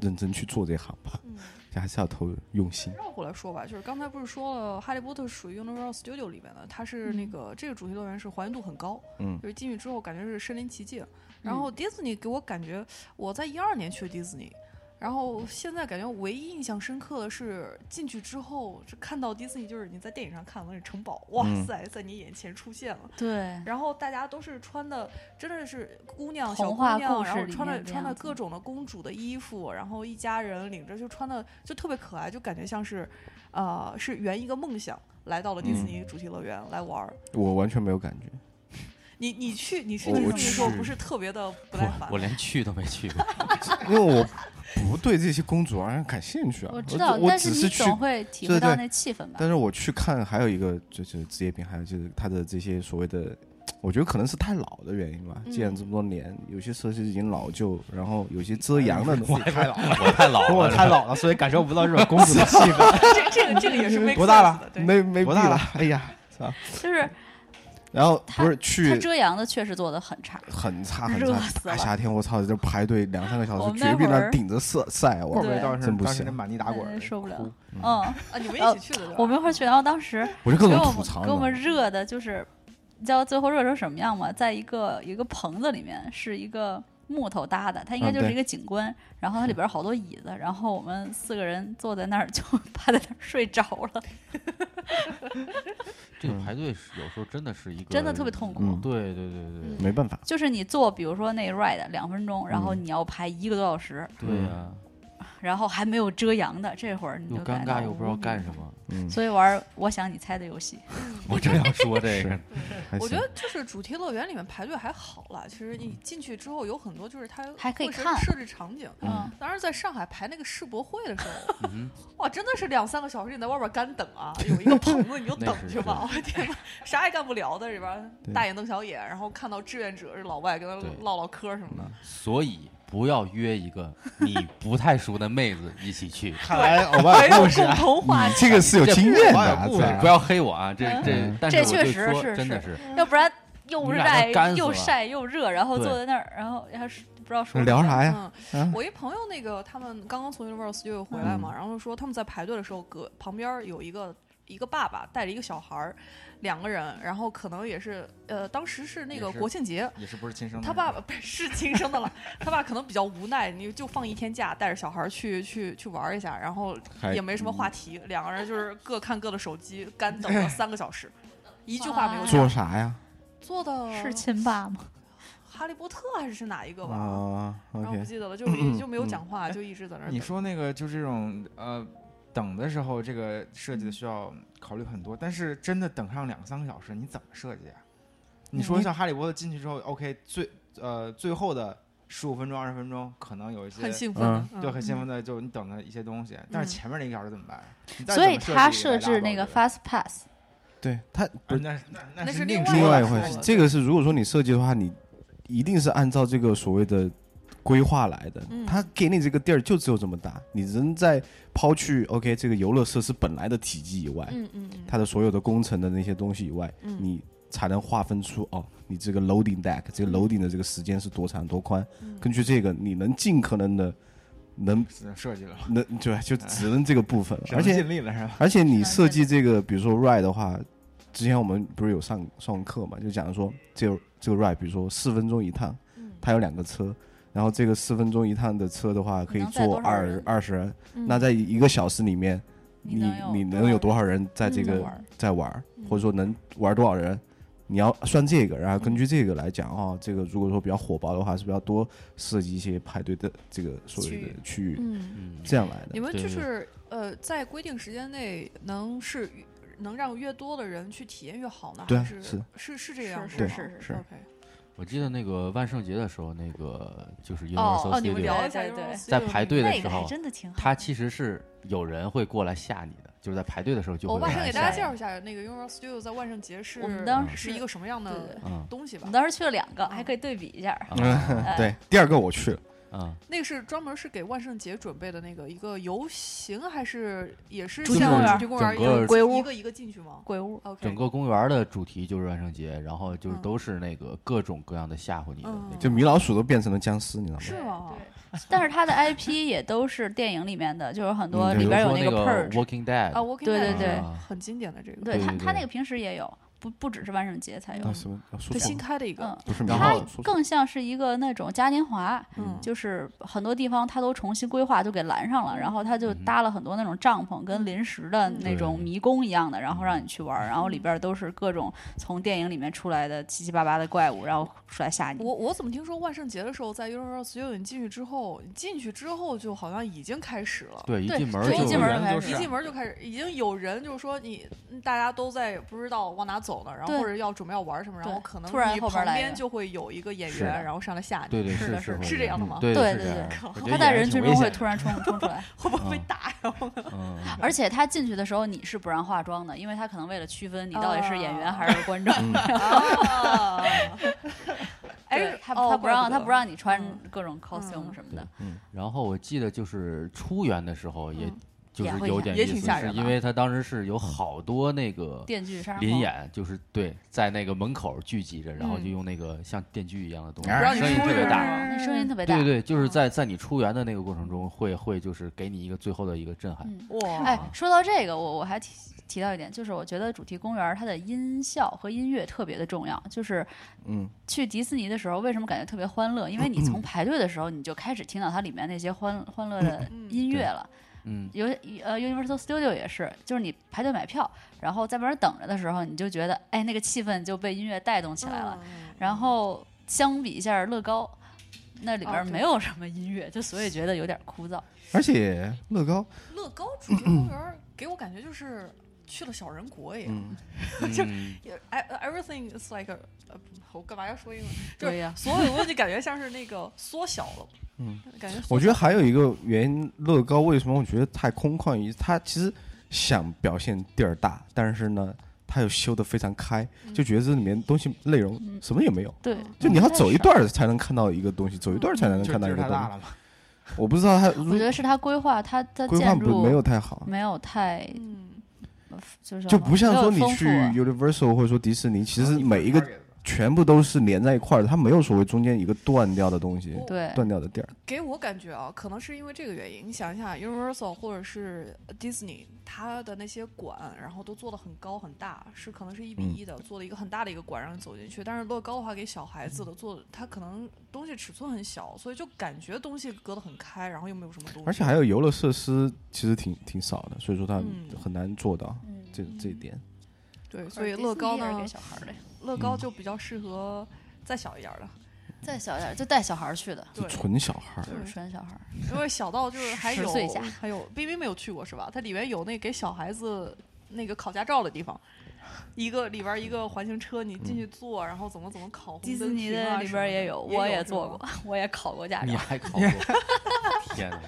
S8: 认真去做这行吧，
S4: 嗯，
S8: 这还是要投入用心。
S4: 绕过来说吧，就是刚才不是说了，《哈利波特》属于 Universal Studio 里面的，它是那个这个主题乐园是还原度很高，
S8: 嗯
S4: 就是进去之后感觉是身临其境。然后迪士尼给我感觉，我在一二年去的迪士尼，然后现在感觉唯一印象深刻的是进去之后，这看到迪士尼就是你在电影上看完城堡，哇
S8: 嗯
S4: 塞，在你眼前出现了。
S5: 对，
S4: 然后大家都是穿的，真的是姑娘、
S5: 童
S4: 小姑
S5: 话
S4: 娘，
S5: 故
S4: 然
S5: 事
S4: 后
S5: 里
S4: 穿
S5: 面
S4: 的
S5: 的
S4: 穿的
S5: 样子
S4: 各种的公主的衣服，然后一家人领着就穿的就特别可爱，就感觉像是，呃，是圆一个梦想来到了迪士
S8: 嗯
S4: 尼主题乐园来玩儿。
S8: 我完全没有感 觉。
S4: 你你去你去
S8: 我
S4: 迪
S8: 我
S4: 士尼过
S8: 去
S4: 不是特别的不耐
S2: 我
S4: 烦
S2: 我，连去都没 去过，
S8: 因为我不对这些公主啊感兴趣啊。
S5: 我知道，
S8: 我
S5: 但
S8: 只
S5: 你
S8: 去，
S5: 总会体
S8: 对
S5: 会到
S8: 对
S5: 那气氛吧？
S8: 但是我去看还有一个就是职业病，还有就是它的这些所谓的，我觉得可能是太老的原因吧。
S4: 嗯
S8: 建了这么多年，有些设施已经老旧，然后有些遮阳的东西。
S2: 太老了，我太老
S7: 我
S2: 了，
S7: 太老了，所以感受不到这种公主的气氛。
S4: 这这个这个也是 make
S7: 多大
S4: sense
S7: 了
S4: 的对，
S8: 没没
S7: 多
S8: 必
S7: 大
S8: 要
S7: 了？哎 呀，
S5: 就是
S8: 然后
S5: 它
S8: 不是
S5: 它
S8: 去
S5: 遮阳的确实做的很差，
S8: 很差很
S5: 热
S8: 差，
S5: 死
S8: 大
S5: 了
S8: 夏天我操，这排队两三个小
S5: 我
S8: 时，
S5: 们
S8: 绝
S5: 那
S8: 壁
S5: 会
S8: 那
S5: 儿
S8: 顶着晒晒
S7: 会
S8: 我
S7: 不。
S5: 对
S7: 会当时
S8: 真不
S7: 当时
S8: 行
S7: 那满地打滚儿
S5: 哎，受不了
S7: 哭。
S5: 嗯，
S4: 啊，你们一
S5: 呃
S4: 起去的对吧？
S5: 我们一块儿去，然后当时
S8: 我就各
S5: 给
S8: 种
S5: 我
S8: 吐槽，
S5: 们给我
S8: 你知道
S5: 们
S8: 吗
S5: 热的，就是你知道最后热成什么样吗？在一个一个棚子里面，是一个木头搭的，它应该
S8: 嗯
S5: 就是
S8: 对
S5: 一个景观。然后它里边儿好多椅子，然后我们四个人坐在那儿就 趴在那儿睡着了，
S2: 这个排队是有时候真的是一个
S5: 真的特别痛苦。
S8: 嗯，
S2: 对对对对
S4: 嗯
S8: 没办法，
S5: 就是你坐，比如说那 ride 两分钟，然后
S8: 嗯
S5: 你要排一个多小时，
S2: 对呀，
S5: 然后还没有遮阳的，这会儿你
S2: 又
S5: 就
S2: 尴
S5: 感到
S2: 尬又不知
S5: 无
S2: 道
S5: 语
S2: 干什。么，
S8: 嗯，
S5: 所以玩儿我想你猜的游戏，
S2: 我正要说 这个
S8: 是，还
S4: 我
S8: 行
S4: 觉得就是主题乐园里面排队还好啦，其实你进去之后有很多就是它
S5: 还可以
S4: 会设
S5: 看
S4: 设置场景。
S5: 嗯，
S4: 当时在上海排那个世博会的时候，
S2: 嗯
S4: 哇，真的是两三个小时你在外边干等啊，有一个棚子你就
S2: 那
S4: 等
S2: 是
S4: 去吧， 我
S2: 对
S4: 的天呐，啥也干不了，在里边儿
S8: 对
S4: 大眼瞪小眼，然后看到志愿者是老外跟他
S2: 对
S4: 唠唠嗑什么的
S2: 哼，所以不要约一个你不太熟的妹子一起去。
S7: 看来欧巴有故事啊，
S4: 童话
S8: 你这个是有经验的啊，
S7: 这
S8: 在
S2: 不要黑我啊，这这
S8: 嗯，
S2: 但是我
S5: 这确
S2: 就
S5: 实
S2: 说
S5: 是
S2: 真的
S5: 是
S2: 是，
S5: 嗯要不然又
S2: 你俩
S5: 晒
S2: 都干死
S5: 又
S2: 了
S5: 晒又热，然后
S2: 对
S5: 坐在那儿，然后还是不知道说
S8: 聊
S5: 什么
S8: 啥呀？
S4: 嗯
S8: 啊，
S4: 我一朋友那个他们刚刚从 Universe Studio 回来嘛，然后说他们在排队的时候，隔旁边儿有一个一个爸爸带着一个小孩儿，两个人，然后可能也是呃，当时是那
S7: 也
S4: 个
S7: 是
S4: 国庆节。
S7: 也是不是亲生的？
S4: 他爸爸不是是亲生的了，他爸可能比较无奈，你就放一天假，带着小孩儿去去去玩儿一下，然后
S8: 还
S4: 也没什么话题，两个人就是各看各的手机，干等了三个小时，一句话没有
S5: 哇
S8: 做
S4: 讲。
S8: 啥呀？
S4: 做的
S5: 是亲爸吗？
S4: 哈利波特还是是哪一个吧？
S8: 啊
S4: 然后不
S8: ，OK，
S4: 记得了，就也就没有讲话，就一直在那儿等。
S7: 你说那个就这种呃，等的时候这个设计的需要考虑很多，但是真的等上两三个小时，你怎么设计啊？你说像哈利波特进去之后，OK，最呃最后的十五分钟二十分钟，可能有一些
S4: 很兴奋的，
S7: 对
S4: 嗯
S7: 很兴奋的，就你等的一些东西，但是前面那一个小时怎么办？啊你再
S5: 所以
S7: 怎么
S5: 他
S7: 设
S5: 设
S7: 计也
S5: 置
S7: 没
S5: 那
S7: 达
S5: 个
S7: 到
S5: Fast Pass，
S8: 对他
S7: 这个，啊那那
S4: 那
S7: 是
S4: 是
S7: 另
S4: 另
S8: 另外
S4: 外
S8: 一
S4: 一
S8: 回
S4: 回
S8: 事
S4: 事。
S8: 这个是如果说你设计的话，你一定是按照这个所谓的规划来的。
S4: 嗯
S8: 他给你这个地儿就只有这么大，你人在抛去 OK 这个游乐设施本来的体积以外，
S4: 嗯嗯嗯
S8: 它的所有的工程的那些东西以外，
S4: 嗯
S8: 你才能划分出哦，你这个 loading deck 这个 loading 的这个时间是多长多宽，
S4: 嗯
S8: 根据这个你能尽可能的能
S7: 设计了，
S8: 能对吧，就只能这个部分了，而且
S7: 尽力了是 吧？
S8: 而且你
S5: 是的
S8: 设计这个，比如说 ride 的话，之前我们不是有上上课嘛，就讲说这个这个 ride，比如说四分钟一趟，
S4: 嗯
S8: 它有两个车，然后这个四分钟一趟的车的话可以
S5: 能载
S8: 坐
S5: 多少
S8: 二
S5: 人
S8: 二十人，
S4: 嗯
S8: 那在一个小时里面，
S5: 你能有
S8: 你你
S5: 多
S8: 能
S5: 少
S8: 有多少人在这
S5: 人在
S8: 个
S5: 玩儿
S8: 在玩儿，
S4: 嗯
S8: 或者说能玩多少人？你要算这个，然后根据这个来讲哦，这个如果说比较火爆的话，是不是要多设计一些排队的这个所谓的区域，
S4: 嗯，
S2: 嗯，
S8: 这样来
S4: 你
S8: 的？
S4: 们
S2: 对
S4: 就
S2: 对
S4: 是呃，在规定时间内能是能让越多的人去体验越好呢？
S8: 对
S4: 还
S8: 啊
S4: 是
S8: 是
S4: 是是这样
S5: 是
S4: 子吗
S5: 是是
S8: 是
S4: OK
S2: 我记得那个万圣节的时候，那个就是
S5: 哦
S2: Universal
S4: 哦，你们
S2: Studio
S4: 聊一下
S5: 对对对
S2: 在排队的
S5: 那
S2: 时
S5: 个还
S2: 候，
S5: 真的挺好
S2: 它。其实是有人会过来吓你的，就是在排队的时候就哎会
S4: 我
S2: 有
S4: 万
S2: 人来
S4: 圣给大家
S2: 吓
S4: 介绍
S2: 你
S4: 一下，那个 Universal Studio 在万圣节是
S5: 我们当时
S4: 是一个什么样
S5: 对
S4: 的
S2: 嗯
S4: 东西
S5: 我
S4: 吧
S5: 们？当时去了两个，
S4: 嗯
S5: 还可以对比一下。
S2: 啊
S5: 哎，
S8: 对，第二个我去了。
S5: 嗯
S2: 啊，
S4: 那个是专门是给万圣节准备的那个一个游行，还是也是
S5: 主
S4: 像
S5: 题公园
S4: 主题公园一
S2: 整
S4: 样
S2: 个
S5: 鬼屋
S4: 一个一个进去吗
S5: 鬼屋，
S4: ？OK，
S2: 整个公园的主题就是万圣节，然后就是
S4: 嗯
S2: 都是那个各种各样的吓唬你的
S4: 嗯
S2: 那
S8: 就
S2: 种。
S8: 米老鼠都变成了僵尸，你知道吗？
S4: 是吗？
S5: 但是它的 IP 也都是电影里面的，就有很多
S8: 嗯
S5: 里边
S2: 比如
S5: 有
S2: 说那
S5: 个 Purge，
S4: 哦
S2: Walking Dead，
S4: 啊，Walking
S5: 对对
S4: Dead
S5: 对
S4: 很经典的这个，
S5: 对它
S2: 对对
S5: 它
S2: 对
S5: 那个平时也有，不不只是万圣节才有，
S4: 嗯
S8: 啊什么啊
S4: 它
S8: 说
S4: 新
S8: 错了
S4: 开的一个
S5: 嗯，
S8: 不是
S7: 然
S8: 名
S7: 后
S8: 号，说错了
S5: 更像是一个那种嘉年华，
S4: 嗯
S5: 就是很多地方它都重新规划，就给拦上了，然后它就
S2: 嗯
S5: 搭了很多那种帐篷，跟临时的那种
S2: 对嗯
S5: 迷宫一样的，然后让你去玩儿，然后里边儿都是各种从电影里面出来的七七八八的怪物，然后出来吓你。
S4: 我我怎么听说万圣节的时候，在 Universal Studio 你进去之后，你进去之后就好像已经开始了。
S2: 对，一
S5: 对
S2: 进门
S5: 对
S2: 就
S5: 一进门
S7: 人
S5: 就开
S7: 就
S5: 始
S4: 一
S7: 是
S4: 进门就开始，已经有人就是说你大家都在不知道往哪走呢，然后
S5: 对
S4: 或者要准备要玩什么，然后
S5: 对
S4: 可能
S5: 突然
S4: 你
S5: 后边
S4: 旁
S5: 来
S4: 边
S5: 了
S4: 就会有一个演
S2: 是
S4: 员，然后上来吓你，
S2: 对对
S5: 是的
S2: 是
S5: 是的
S2: 会
S4: 是这样的吗
S2: 嗯对
S5: 对
S2: 是
S5: 对
S2: 这
S5: 对
S2: 样
S4: 靠
S2: 我觉得
S5: 它在
S2: 演
S5: 人
S2: 员挺
S5: 群
S2: 危
S5: 中会
S2: 险
S5: 突然冲冲出来，
S4: 会不会被
S2: 嗯
S4: 打呀？
S2: 嗯
S5: 而且他进去的时候你是不让化妆的，因为他可能为了区分你到底是演员
S4: 啊
S5: 还是观
S2: 嗯
S5: 众，
S4: 啊
S5: 对
S4: 哎，
S5: 他
S4: 哦
S5: 他不让
S4: 怪
S5: 他
S4: 得
S5: 不让你穿
S4: 嗯
S5: 各种 costume
S4: 嗯
S5: 什么的。
S2: 然后我记得就是出园的时候，也
S4: 嗯
S2: 就
S5: 也
S2: 是
S5: 会
S2: 有
S5: 吓
S2: 点
S4: 也
S2: 意
S4: 挺
S2: 思
S4: 吓
S2: 是
S4: 人
S2: 因
S4: 的
S2: 为他当时是有好多那个
S5: 电锯杀人
S2: 临
S5: 狂
S2: 演，就是对，在那个门口聚集着，然后就
S4: 嗯
S2: 用那个像电锯一样的东西，
S7: 不让你
S2: 声音
S4: 出
S2: 特别
S4: 去
S2: 大。啊
S5: 啊那声音特别大。
S2: 对对，就是
S5: 嗯
S2: 在在你出园的那个过程中，会会就是给你一个最后的一个震撼。
S5: 嗯
S8: 哦
S4: 哇，
S5: 哎，说到这个，我我还提提到一点，就是我觉得主题公园儿它的音效和音乐特别的重要。就是
S8: 嗯，
S5: 去迪士尼的时候，为什么感觉特别欢乐？因为你从排队的时候，你就开始听到它里面那些欢欢乐的
S4: 嗯
S5: 音乐
S2: 对
S5: 了。
S2: 嗯，
S5: 有呃，Universal Studio 也是，就是你排队买票，然后在外边等着的时候，你就觉得哎，那个气氛就被音乐带动起来了。
S4: 嗯
S5: 然后相比一下乐高。那里边
S4: 哦
S5: 儿
S4: 对
S5: 没有什么音乐，就所以觉得有点枯燥。
S8: 而且乐高，
S4: 乐高主题公园儿给我感觉就是去了小人国一样。
S8: 嗯，
S4: 就
S2: 嗯
S4: Yeah, e- everything is like a，呃，我干嘛要说英文？就是嗯
S5: 对呀、
S4: 所有东西感觉像是那个缩小了，
S8: 嗯，
S4: 感觉缩
S8: 我觉得还有一个原因，乐高为什么我觉得太空旷于，它其实想表现地儿大，但是呢，它又修得非常开，
S4: 嗯
S8: 就觉得这里面东西内容
S5: 嗯
S8: 什么也没有。
S5: 对，
S8: 就你要走一
S5: 是
S8: 段儿才能看到一个东西，走一段儿才能
S7: 嗯就是
S8: 看到
S7: 地
S8: 一
S7: 儿
S8: 个
S7: 太
S8: 东
S7: 大
S8: 西。
S7: 了嘛，
S8: 我不知道它
S5: 我觉得是他规划他的
S8: 嗯规划
S5: 建
S8: 不
S5: 筑
S8: 没有太好，
S5: 没有太
S4: 嗯，
S5: 就是
S8: 就不像
S5: 没有
S8: 说你
S5: 丰
S8: 去
S5: 富啊
S8: Universal 或者说迪士尼，其实每一个全部都是连在一块儿的，它没有所谓中间一个断掉的东西，
S4: 我
S5: 对
S8: 断掉的地儿。
S4: 给我感觉啊，可能是因为这个原因。你想一下，Universal 或者是 Disney，它的那些馆，然后都做的很高很大，是可能是一比
S8: 嗯
S4: 一的，做了一个很大的一个馆让你走进去。但是乐高的话，给小孩子的做，它可能东西尺寸很小，所以就感觉东西隔得很开，然后又没有什么东西。
S8: 而且还有游乐设施其实挺挺少的，所以说它
S4: 嗯
S8: 很难做到
S5: 嗯
S8: 这这一点。
S4: 对，
S5: 可
S4: 所以
S5: 是迪
S4: 乐
S5: 士尼
S4: 高
S5: 也是
S4: 呢
S5: 给，小孩儿的，
S4: 乐
S8: 嗯
S4: 高就比较适合再小一点儿的。
S5: 再小点儿就带小孩儿去的，
S4: 对，
S8: 纯小孩儿，
S5: 就是纯小孩儿。
S4: 因为小到就是还
S5: 10
S4: 有
S5: 岁以下
S4: 还有冰冰没有去过是吧？它里面有那给小孩子那个考驾照的地方，一个里边一个环形车，你进去坐，然后怎么怎么考红
S5: 迪士
S4: 灯
S5: 尼
S4: 停
S5: 的
S4: 啊
S5: 里
S4: 什
S5: 边
S4: 么
S5: 儿也
S4: 的
S5: 有，
S4: 也
S5: 我也
S4: 是
S5: 做
S4: 吗
S5: 过， 我也考过驾
S2: 你
S5: 照。
S2: 还考过？天哪！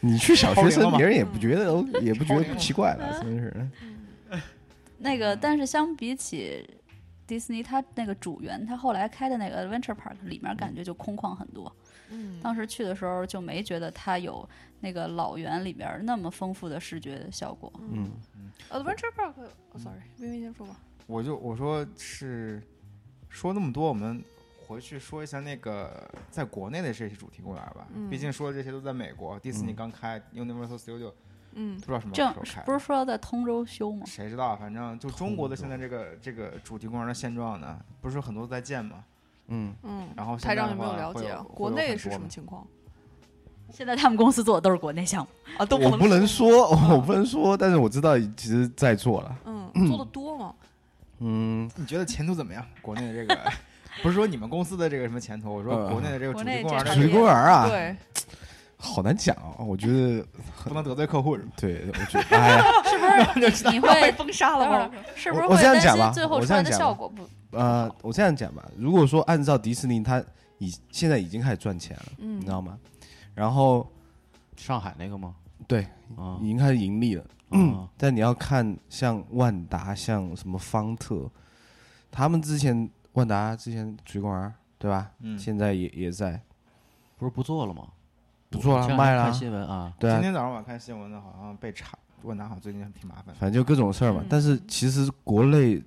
S8: 你去小
S7: 超
S8: 学
S7: 龄了
S8: 生
S7: 嘛
S8: 别人也不觉得 也不觉
S7: 超
S8: 得
S7: 龄
S8: 不
S7: 了嗯
S8: 奇怪了，真是。
S4: 嗯
S5: 那个，但是相比起迪士尼，它那个主园，它后来开的那个 Adventure Park 里面感觉就空旷很多。
S4: 嗯，
S5: 当时去的时候就没觉得它有那个老园里边儿那么丰富的视觉效果。
S8: 嗯，
S4: 呃 Adventure Park，哦，sorry，冰冰先说吧。
S7: 我就我说是说那么多，我们回去说一下那个在国内的这些主题公园吧。
S4: 嗯
S7: 毕竟说的这些都在美国，迪士尼
S8: 嗯
S7: 刚开，Universal Studio
S4: 嗯
S7: 不知道什么时
S5: 正
S7: 候开，
S5: 不是说在通州修吗？
S7: 谁知道啊？反正就中国的现在这个这个主题公园的现状呢，不是很多在建嘛。
S8: 嗯，
S4: 嗯，
S7: 然后现
S4: 台
S7: 在
S4: 长
S7: 的
S4: 有没有
S7: 话
S4: 了
S7: 会
S4: 解
S7: 有
S4: 啊
S7: 会？
S4: 国
S7: 有
S4: 内
S7: 很
S4: 是
S7: 多
S4: 什么
S7: 嘛
S4: 情况
S5: 现在他们公司做的都是国内项目。
S4: 啊？都
S8: 嗯我不能说， 我
S4: 嗯
S8: 不能说，但是我知道其实在做了。
S4: 嗯，做的多吗？
S8: 嗯，
S7: 你觉得前途怎么样？国内的这个 不是说你们公司的这个什么前途，我说
S8: 呃
S7: 国内的这个主
S5: 国
S7: 题
S5: 内
S7: 公园
S5: 这
S7: 的
S8: 主
S5: 行
S8: 题
S5: 业
S8: 公园啊，
S4: 对，
S8: 好难讲啊。我觉得，
S7: 不能得罪客户是吗？
S8: 对，我觉得， 哎呀，
S5: 你 会
S4: 封杀了
S5: 哎等会儿
S4: 吗？
S5: 是不是
S8: 我我
S5: 会
S8: 这样
S5: 担
S8: 讲吧
S5: 心最后
S8: 我
S5: 出
S8: 这
S5: 来
S8: 样
S5: 的
S8: 讲
S5: 效
S8: 吧
S5: 果不？
S8: 呃，我这样讲吧，如果说按照迪士尼，它已现在已经开始赚钱了，
S4: 嗯
S8: 你知道吗？然后
S2: 上海那个吗？
S8: 对，嗯
S2: 啊
S8: 已经开始盈利了。
S2: 啊！
S8: 但你要看像万达、像什么方特，他们之前万达之前主题公园对吧？
S7: 嗯
S8: 现在也也在
S2: 不是不做了吗？
S8: 不做
S2: 我
S8: 了，
S2: 前两天
S8: 卖
S2: 看
S8: 了，
S2: 新闻啊，
S8: 对
S7: 今
S8: 啊，
S7: 天早上我看新闻的，好像被查，问南好像最近挺麻烦的。
S8: 反正就各种事儿嘛。
S4: 嗯
S8: 但是其实国内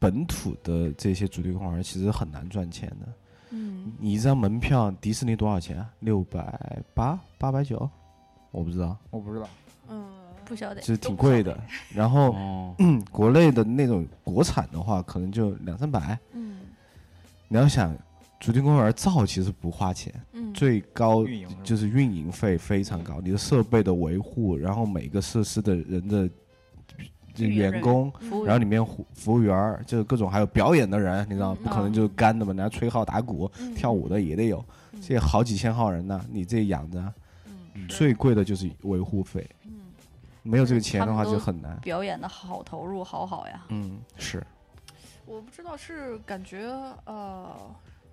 S8: 本土的这些主题公园其实很难赚钱的。
S4: 嗯，
S8: 你一张门票，迪士尼多少钱啊？六百八、八百九，我不知道。
S7: 我不知道，
S4: 嗯，
S5: 不晓得，
S8: 就是
S5: 都
S8: 挺
S5: 不晓
S8: 贵
S5: 得
S8: 的。然后
S2: 哦，
S8: 国内的那种国产的话，可能就两三百。
S4: 嗯
S8: 你要想，竹林公园造其实不花钱，
S4: 嗯，
S8: 最高
S7: 运营是吧
S8: 就是运营费非常高，你的设备的维护，然后每个设施的人的这
S5: 运营人
S8: 员
S5: 员
S8: 工，
S5: 服务
S8: 然后里面服服务员儿就是各种还有表演的人，你知道吗
S4: 嗯
S8: 不可能就是干的嘛，人家吹号打鼓、
S4: 嗯
S8: 跳舞的也得有，这好几千号人呢，你这养着，啊
S4: 嗯
S8: 最贵的就是维护费，
S4: 嗯
S8: 没有这个钱的话
S5: 他们
S8: 就
S5: 都
S8: 很难。
S5: 表演的好投入，好好呀。
S8: 嗯，是，
S4: 我不知道是感觉呃，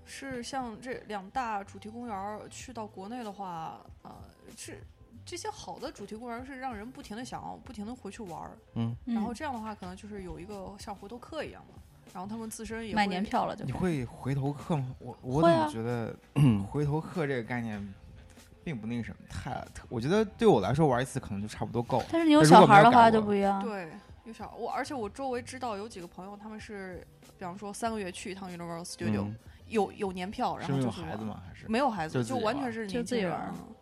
S4: 是像这两大主题公园儿去到国内的话，呃，是这些好的主题公园儿是让人不停的想要，不停的回去玩儿，然
S5: 嗯
S4: 后这样的话可能就是有一个像回头客一样的，然后他们自身也
S5: 卖
S4: 会
S5: 年票了就
S7: 你
S5: 是
S7: 会回头客吗？我我
S5: 会
S7: 怎么
S5: 啊
S7: 觉得回头客这个概念并不那个什么，太特我觉得对我来说玩一次可能就差不多够了。
S5: 但是你有
S7: 但如果
S5: 小孩
S7: 没
S5: 儿
S7: 有
S5: 的
S7: 赶
S5: 话就
S7: 过
S5: 不一样。
S4: 对。有啥？我而且我周围知道有几个朋友，他们是，比方说三个月去一趟 Universal Studio，、
S8: 嗯
S4: 有有年票，然
S7: 是
S4: 后
S7: 因
S4: 就
S7: 为有
S4: 是
S7: 孩子
S4: 玩？
S7: 吗？还是
S4: 没有孩
S7: 就
S4: 子，
S7: 自
S4: 就
S7: 己
S4: 完
S7: 玩
S4: 全
S7: 儿
S4: 是
S5: 就
S4: 年
S5: 自
S4: 轻
S5: 己
S4: 人
S5: 玩儿
S4: 嗯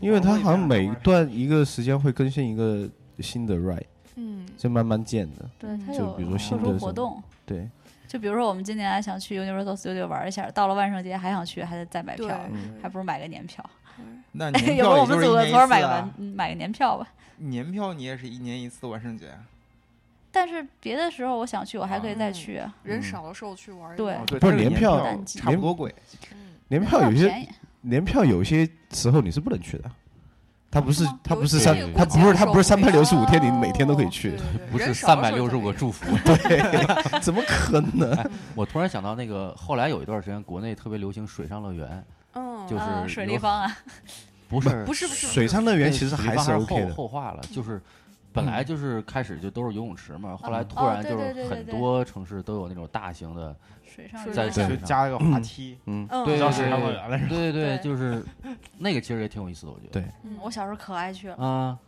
S8: 因为它
S7: 玩过一
S8: 好
S7: 遍
S8: 像每
S7: 玩
S8: 一
S7: 过
S8: 段一个时间会更新一个新的 ride，
S4: 嗯
S8: 就慢慢建的。
S5: 对，它
S8: 就
S5: 有
S8: 比如
S5: 特
S8: 新的
S5: 殊
S8: 什
S5: 活
S8: 么
S5: 动，
S8: 对，
S5: 就比如说我们今年还想去 Universal Studio 玩一下，到了万圣节还想去，还得再买
S4: 对
S5: 票，
S8: 嗯
S5: 还不如买个年票。
S7: 那
S5: 要
S7: 年
S5: 不
S7: 票
S5: 我
S7: 也就
S5: 们
S7: 是
S5: 组
S7: 一
S5: 个
S7: 年一
S5: 昨儿买
S7: 次
S5: 个
S7: 啊
S5: 门，嗯买个年票吧。
S7: 年票你也是一年一次万圣节啊。
S5: 但是别的时候我想去，我还可以再去啊。
S4: 人
S8: 嗯哦
S4: 少的时候去玩儿一
S5: 对
S4: 玩儿，
S7: 哦对，
S8: 不
S7: 它
S8: 是
S7: 这个
S8: 年
S7: 年
S8: 票
S5: 淡季
S7: 差不多贵，
S4: 嗯，
S8: 年
S5: 年
S8: 票有些
S5: 便宜，
S8: 年票有些时候你是不能去的，它不是
S5: 是吗
S8: 它
S4: 有
S8: 不是
S4: 些
S8: 三
S4: 那个
S8: 它
S4: 国
S8: 不
S4: 家
S8: 是它
S4: 受
S8: 不是三
S4: 不
S8: 百
S4: 了
S8: 六十五天你每天都可以去
S4: 对
S8: 的，
S4: 对对
S2: 不是
S4: 人少
S2: 三
S4: 的
S2: 百
S4: 时候
S2: 六十
S4: 就
S2: 五个
S4: 可以
S2: 祝福。
S8: 怎么可 能？
S2: 我突然想到那个，后来有一段时间国内特别流行水上乐园，
S4: 嗯，
S2: 就是
S5: 啊，水
S2: 有
S5: 立方啊，
S2: 不是
S4: 不是不是
S8: 水上乐园其实还
S2: 水立方
S8: 是
S2: 还
S8: OK
S2: 后
S8: 的，嗯
S2: 后话了，就是本来就是开始就都是游泳池嘛，后来突
S5: 哦
S2: 然
S5: 对
S2: 就
S5: 对
S2: 是
S5: 对对
S2: 很
S5: 对
S2: 多城市都有那种大型的，
S5: 水上啊
S4: 水
S5: 运
S2: 在
S5: 动
S2: 这
S7: 就
S2: 对
S7: 加了个滑梯，
S8: 嗯，
S4: 嗯，
S2: 对
S7: 叫
S2: 对
S7: 水上乐园来着。
S2: 对对，
S5: 对
S2: 就是那个其实也挺有意思的，我觉得。
S8: 对
S5: 嗯我小时候可爱去了。
S2: 啊，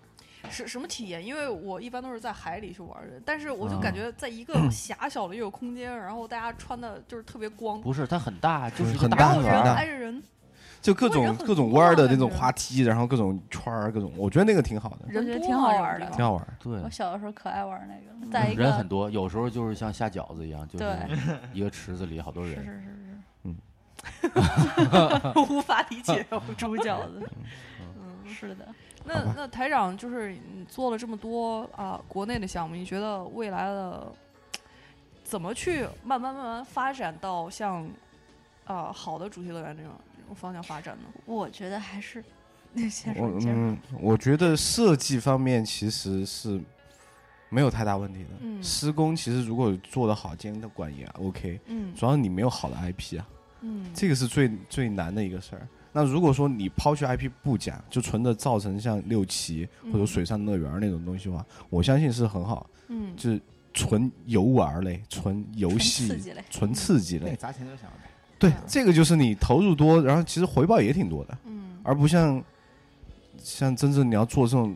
S4: 是什么体验？因为我一般都是在海里去玩儿的，但是我就
S2: 啊
S4: 感觉在一
S8: 嗯
S4: 个狭小的一个空间，然后大家穿的就是特别光，
S2: 不是它很大，就是一个
S4: 然
S8: 很
S2: 大
S8: 大
S4: 后
S8: 很
S4: 人
S8: 大
S4: 挨着人，
S8: 就各
S4: 我也
S8: 种
S4: 觉得
S8: 各种
S4: 很
S8: 弯儿的
S4: 棒
S8: 那种
S4: 感觉
S8: 滑梯，然后各种圈儿，各种，我觉得那个挺好的，
S4: 人
S5: 觉得
S4: 多
S5: 挺
S4: 啊
S5: 好
S4: 这个
S5: 玩儿
S4: 地
S5: 的
S4: 方
S8: 挺好玩儿。
S2: 对
S5: 我，小的时候可爱玩那个，在一
S2: 人
S5: 个
S2: 很多，有时候就是像下饺子一样，就是一个池子里好多
S5: 是是
S2: 人。
S5: 是是，
S8: 嗯，
S5: 无法理解猪饺子， 是的，
S8: 好吧
S4: 那那台长就是你做了这么多啊、国内的项目，你觉得未来的怎么去慢慢慢慢发展到像啊、好的主题乐园这种这种方向发展呢？
S5: 我觉得还是先
S8: 我
S5: 说先说
S8: 嗯，我觉得设计方面其实是没有太大问题的。
S4: 嗯
S8: 施工其实如果做得好，监管也 OK，
S4: 嗯
S8: 主要你没有好的 IP 啊，
S4: 嗯
S8: 这个是最最难的一个事儿。那如果说你抛去 IP 不讲，就纯的造成像六旗或
S5: 嗯
S8: 者水上乐园那种东西的话，我相信是很好，
S4: 嗯
S8: 就是纯游玩儿类、纯游
S5: 纯刺
S8: 戏、
S5: 激嗯嘞，
S8: 纯刺激
S7: 那
S8: 类
S7: 你。砸钱就行了呗。
S8: 对，这个就是你投入多，然后其实回报也挺多的。
S4: 嗯
S8: 而不像像真正你要做这种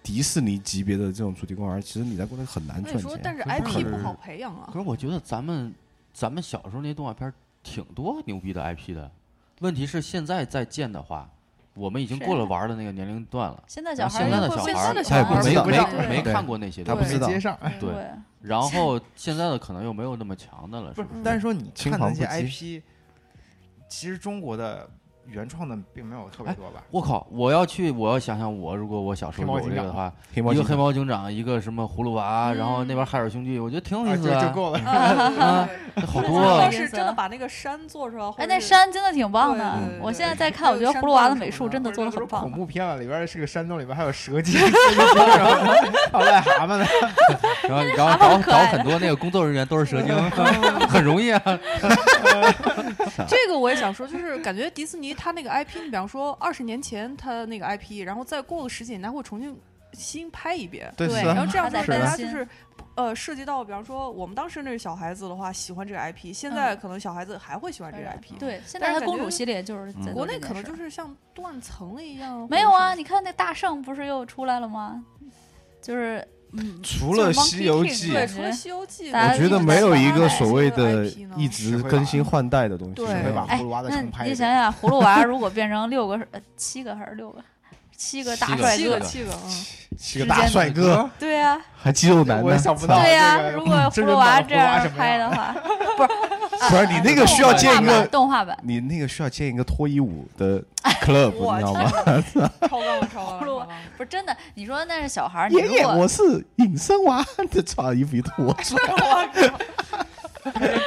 S8: 迪士尼级别的这种主题公园，其实你在国内很难
S4: 嗯那你
S8: 赚
S4: 说，但
S8: 钱。
S4: 是
S2: 可是
S4: IP 不好培养 啊
S2: 可。是我觉得咱们咱们小时候那动画片儿挺多牛逼的 IP 的，问题是现在再建的话，我们已经
S5: 是
S2: 过了玩儿的那个年龄段了，
S5: 现在小孩
S2: 现
S5: 儿
S2: 在
S5: 又
S2: 的
S5: 会
S2: 小
S5: 被
S2: 孩儿
S5: 现在
S8: 他
S5: 小孩
S8: 也不
S5: 儿
S8: 知道
S5: 会
S2: 没没
S5: 对
S2: 看过那些
S8: 他
S2: 东
S8: 不
S2: 西
S8: 知，道
S7: 接上，哎
S2: 对然后现在的可能又没有那么强的了，是
S7: 不是
S2: 不是？？
S7: 但是说你
S8: 青
S7: 看
S8: 黄
S7: 那些
S8: 不接
S7: IP，其实中国的原创的并没有特别
S2: 哎
S7: 多吧？
S2: 我靠！我要去，我要想想我，如果我小时
S7: 黑
S2: 候
S7: 猫
S2: 有
S7: 警
S2: 这个的
S7: 长
S2: 话，
S8: 黑猫
S2: 一个黑
S8: 警长，
S2: 猫警长，一个什么葫芦娃，然后那
S5: 嗯
S2: 边海尔兄弟，我觉得挺有
S7: 啊，
S2: 意思
S7: 就
S2: 的
S7: 就
S2: 啊，
S7: 够了。
S2: 啊这 好多啊
S4: 要。是真的把那个山做出来，
S5: 哎，那 山真的挺棒的
S4: 对对对。
S5: 我现在
S4: 对
S5: 在看，我觉得葫芦娃的美术真的
S7: 不是
S5: 做的
S7: 那
S5: 很
S7: 都是
S5: 棒
S7: 恐。怖片了，里边是个山洞，里边还有蛇精、然后还有癞蛤蟆呢。
S2: 然后然后
S5: 蛤
S2: 找
S5: 蟆可
S2: 找
S5: 爱
S2: 很多那个工作人员都是蛇精， 很容易啊。
S4: 这个我也想说，就是感觉迪士尼它那个 IP，你比方说二十年前它那个 IP，然后再过个十几年，它会重新新拍一遍。
S8: 对
S5: 对
S8: 是
S4: 然
S8: 啊
S4: 后这样
S5: 还
S4: 说，
S5: 在
S4: 大
S5: 更
S4: 家就
S5: 新
S4: 是呃，涉及到比方说我们当时那是小孩子的话，喜欢这个 IP，现在
S5: 嗯
S4: 可能小孩子还会喜欢这个 IP。，
S5: 对，现
S4: 但
S5: 在
S4: 是
S5: 它
S4: 感
S5: 公主
S4: 觉
S5: 系列就是在做
S4: 国
S5: 这
S4: 内
S5: 件
S4: 可能
S5: 事
S4: 就
S5: 儿
S4: 是像断层了一样。
S5: 没有啊。
S4: 或者
S5: 你看那大圣不是又出来了吗？就是嗯，
S8: 除
S5: 就
S8: 了
S5: 是
S8: 《
S5: Monkey
S8: 西游
S5: King
S8: 记
S4: 是，
S5: 对
S4: 对，除了《西游记》，
S5: 大
S8: 我
S5: 家
S8: 觉
S5: 一
S8: 得
S5: 直
S8: 没
S5: 在
S8: 有一
S5: 发
S8: 个
S5: 展
S8: 所
S5: 新
S8: 谓
S4: 的
S8: 的
S4: IP 呢
S8: 一直更新换代的东西，
S4: 对
S8: 没
S7: 会
S8: 有
S7: 把
S5: 哎
S7: 葫芦娃再
S5: 那
S7: 重拍
S5: 你
S7: 一
S5: 想
S7: 遍。
S5: 想，葫芦娃如果变成六个、呃七个还是六个？七个大
S2: 七个
S5: 帅
S4: 七
S5: 哥
S4: 个，七个， 嗯，
S8: 七个大帅哥，
S5: 对呀、
S8: 还肌肉男
S7: 我也
S8: 呢。
S7: 想不到
S5: 对呀、
S7: 这个
S5: 如果
S7: 真
S5: 葫
S7: 人
S5: 芦
S7: 版
S5: 娃
S7: 葫芦
S5: 这
S7: 娃
S5: 样
S7: 什么
S5: 拍的话， 哎不是，
S8: 不是你那个需要建一个，
S5: 动画版，
S8: 你那个需要建一个脱衣舞的 club，
S5: 我
S8: 你 知道吗？
S4: 超纲了，超纲了，
S5: 葫 芦
S4: 超
S5: 娃
S4: 纲了。
S5: 不是真的。你说那是小孩儿，你
S8: 爷
S5: 如
S8: 爷，
S5: 果
S8: 哎我是隐身娃，这穿衣服一脱，
S7: 他这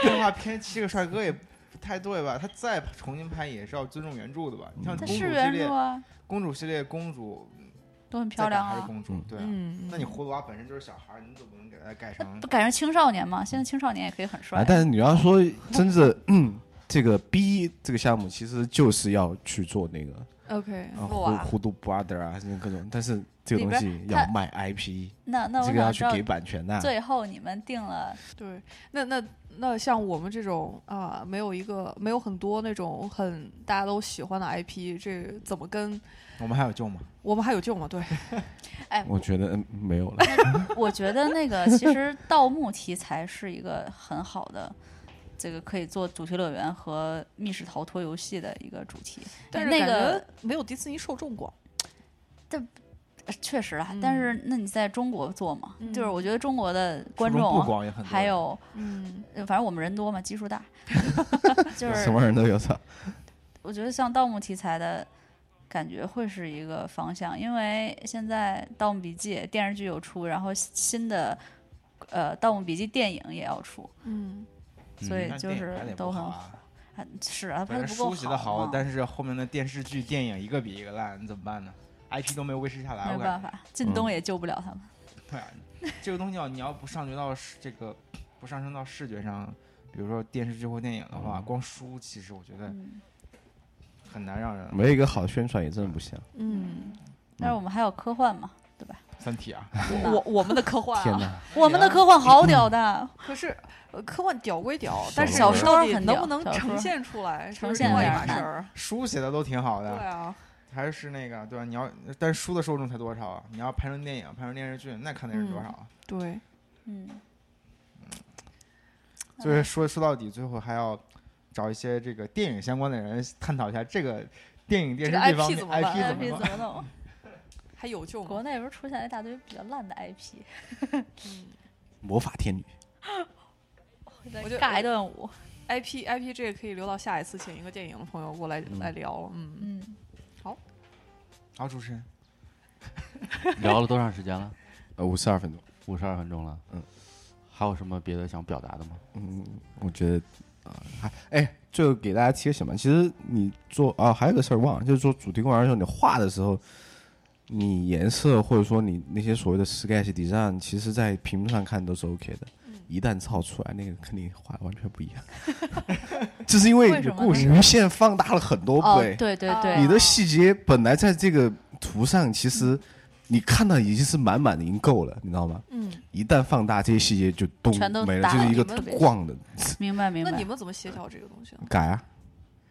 S7: 动画片七个帅哥也不太对吧？他再重新拍也是要尊重原著的吧？你像
S5: 它
S7: 公主系
S5: 是原著
S7: 列，
S5: 啊，
S7: 公主系列公主
S5: 都很漂
S7: 再改
S5: 亮
S7: 还是
S5: 啊。
S7: 公主
S8: 嗯，
S7: 对啊。
S4: 嗯，
S7: 那你葫芦娃本身就是小孩儿，你总不能给他改成
S5: 不改成青少年吗？现在青少年也可以很帅
S8: 啊，。但是你要说真的，嗯，这个 B 这个项目其实就是要去做那个
S4: OK，
S8: 啊，
S5: 葫芦娃
S8: 糊糊涂 brother 啊，这种各种，但是这个
S5: 里
S8: 东
S5: 边
S8: 西
S5: 它
S8: 要卖 IP，
S5: 那那
S8: 这
S5: 我
S8: 个
S5: 想
S8: 要去
S5: 知道，
S8: 给啊版权的。
S5: 最后你们定了
S4: 对，那那那像我们这种啊，没有一个没有很多那种很大家都喜欢的 IP，这怎么跟
S7: 我们还有救吗？
S4: 我们还有救吗？对，
S5: 哎，
S8: 我觉得嗯没有 了，
S5: 我觉得那个其实盗墓题材是一个很好的，这个可以做主题乐园和密室逃脱游戏的一个主题。哎
S4: 但是
S5: 那
S4: 感
S5: 个
S4: 觉没有迪士尼受众广。
S5: 呃确实啊，但
S4: 嗯
S5: 是那你在中国做嘛，就是
S4: 嗯
S5: 我觉得中国的观
S7: 受不
S5: 众
S7: 光也很多
S5: 还有，
S4: 嗯，
S5: 呃反正我们人多嘛，基数 大，就是
S8: 什么人都有操。
S5: 我觉得像盗墓题材的感觉会是一个方向，因为现在《盗墓笔记》电视剧有出，然后新的呃《盗墓笔记》电影也要出，
S4: 嗯，
S5: 所以
S7: 但
S5: 就
S7: 电影
S5: 是
S7: 拍得也
S5: 都
S7: 不
S5: 很
S7: 好啊。
S5: 啊是啊，
S7: 本
S5: 拍的
S7: 来
S5: 不够
S7: 书写的好
S5: 嘛，
S7: 但是后面的电视剧、电影一个比一个烂，你怎么办呢？IP 都没有维持下来，
S5: 没
S7: 我
S5: 有办
S7: 感觉。
S5: 法，靳
S7: 嗯
S5: 东也救不了他们。
S7: 对啊，这个东西要你要不上学到视这个，不上升到视觉上，比如说电视剧或电影的话，光书其实我觉得
S5: 嗯，
S7: 很难让人。
S8: 没有一个好宣传也真的不行。
S4: 嗯，
S5: 但是我们还有科幻 嘛，对吧？
S7: 三体啊，
S4: 我我们的科幻
S8: 天
S4: 啊，
S8: 哪，
S5: 我们的科幻好 屌的，
S4: 可是呃科幻屌归屌，但是
S5: 小
S4: 你
S5: 说
S4: 到底
S5: 很
S4: 能不
S5: 屌
S4: 能
S5: 小
S4: 呈
S5: 说
S4: 现出来，
S5: 呈
S4: 这是
S5: 现
S4: 另外一
S5: 点
S4: 码
S5: 难
S4: 事儿。
S7: 书写的都挺好
S4: 对
S7: 的，
S4: 啊，
S7: 还是那个对吧？你要，但是书的受众才多少啊？你要拍成电影、拍成电视剧，那看的人多少啊？
S4: 对，
S5: 嗯，
S7: 就是说说到底，最后还要找一些这个电影相关的人探讨一下这个电影电视剧方面
S4: 这个 IP 怎么办
S7: IP
S5: 那
S7: 怎么
S5: 哎怎
S7: 办？
S5: 么弄？
S4: 还有救
S5: 国
S4: 吗？
S5: 内不是出现了一大堆比较烂的 IP，
S4: 嗯
S8: 魔法天女，
S5: 再
S4: 我觉得
S5: 尬一段舞，
S4: ，IP IP 这个可以留到下一次请一个电影的朋友过来
S8: 嗯
S4: 来聊了。嗯，
S5: 嗯。
S7: 好，主持人，
S2: 聊了多长时间了？
S8: 呃，五十二分钟。
S2: 五十二分钟了。
S8: 嗯，
S2: 还有什么别的想表达的吗？
S8: 嗯，我觉得啊，还哎，最后给大家提个醒吧。其实你做啊，还有个事儿忘了，就是做主题公园的时候，你画的时候，你颜色或者说你那些所谓的 sketch design，其实在屏幕上看都是
S5: 嗯
S8: OK 的。一旦操出来，那个肯定画的完全不一样， 就是因为
S5: 为
S8: 你
S5: 什
S8: 的
S5: 么呢
S8: 故事无限放大了很多
S5: 哦，
S8: 倍。
S5: 对对
S4: 啊
S5: 对，
S8: 你的细节本来在这个图上，其实你看到已经是满满的，已经够了，你知道吗？
S4: 嗯，
S8: 一旦放大这些细节就咚
S5: 全都
S8: 没了，
S5: 打
S8: 就是
S5: 了
S8: 一个
S5: 你们
S8: 逛的
S5: 明白明
S4: 那
S5: 白。
S4: 你们怎么协调这个东西呢？
S8: 改啊。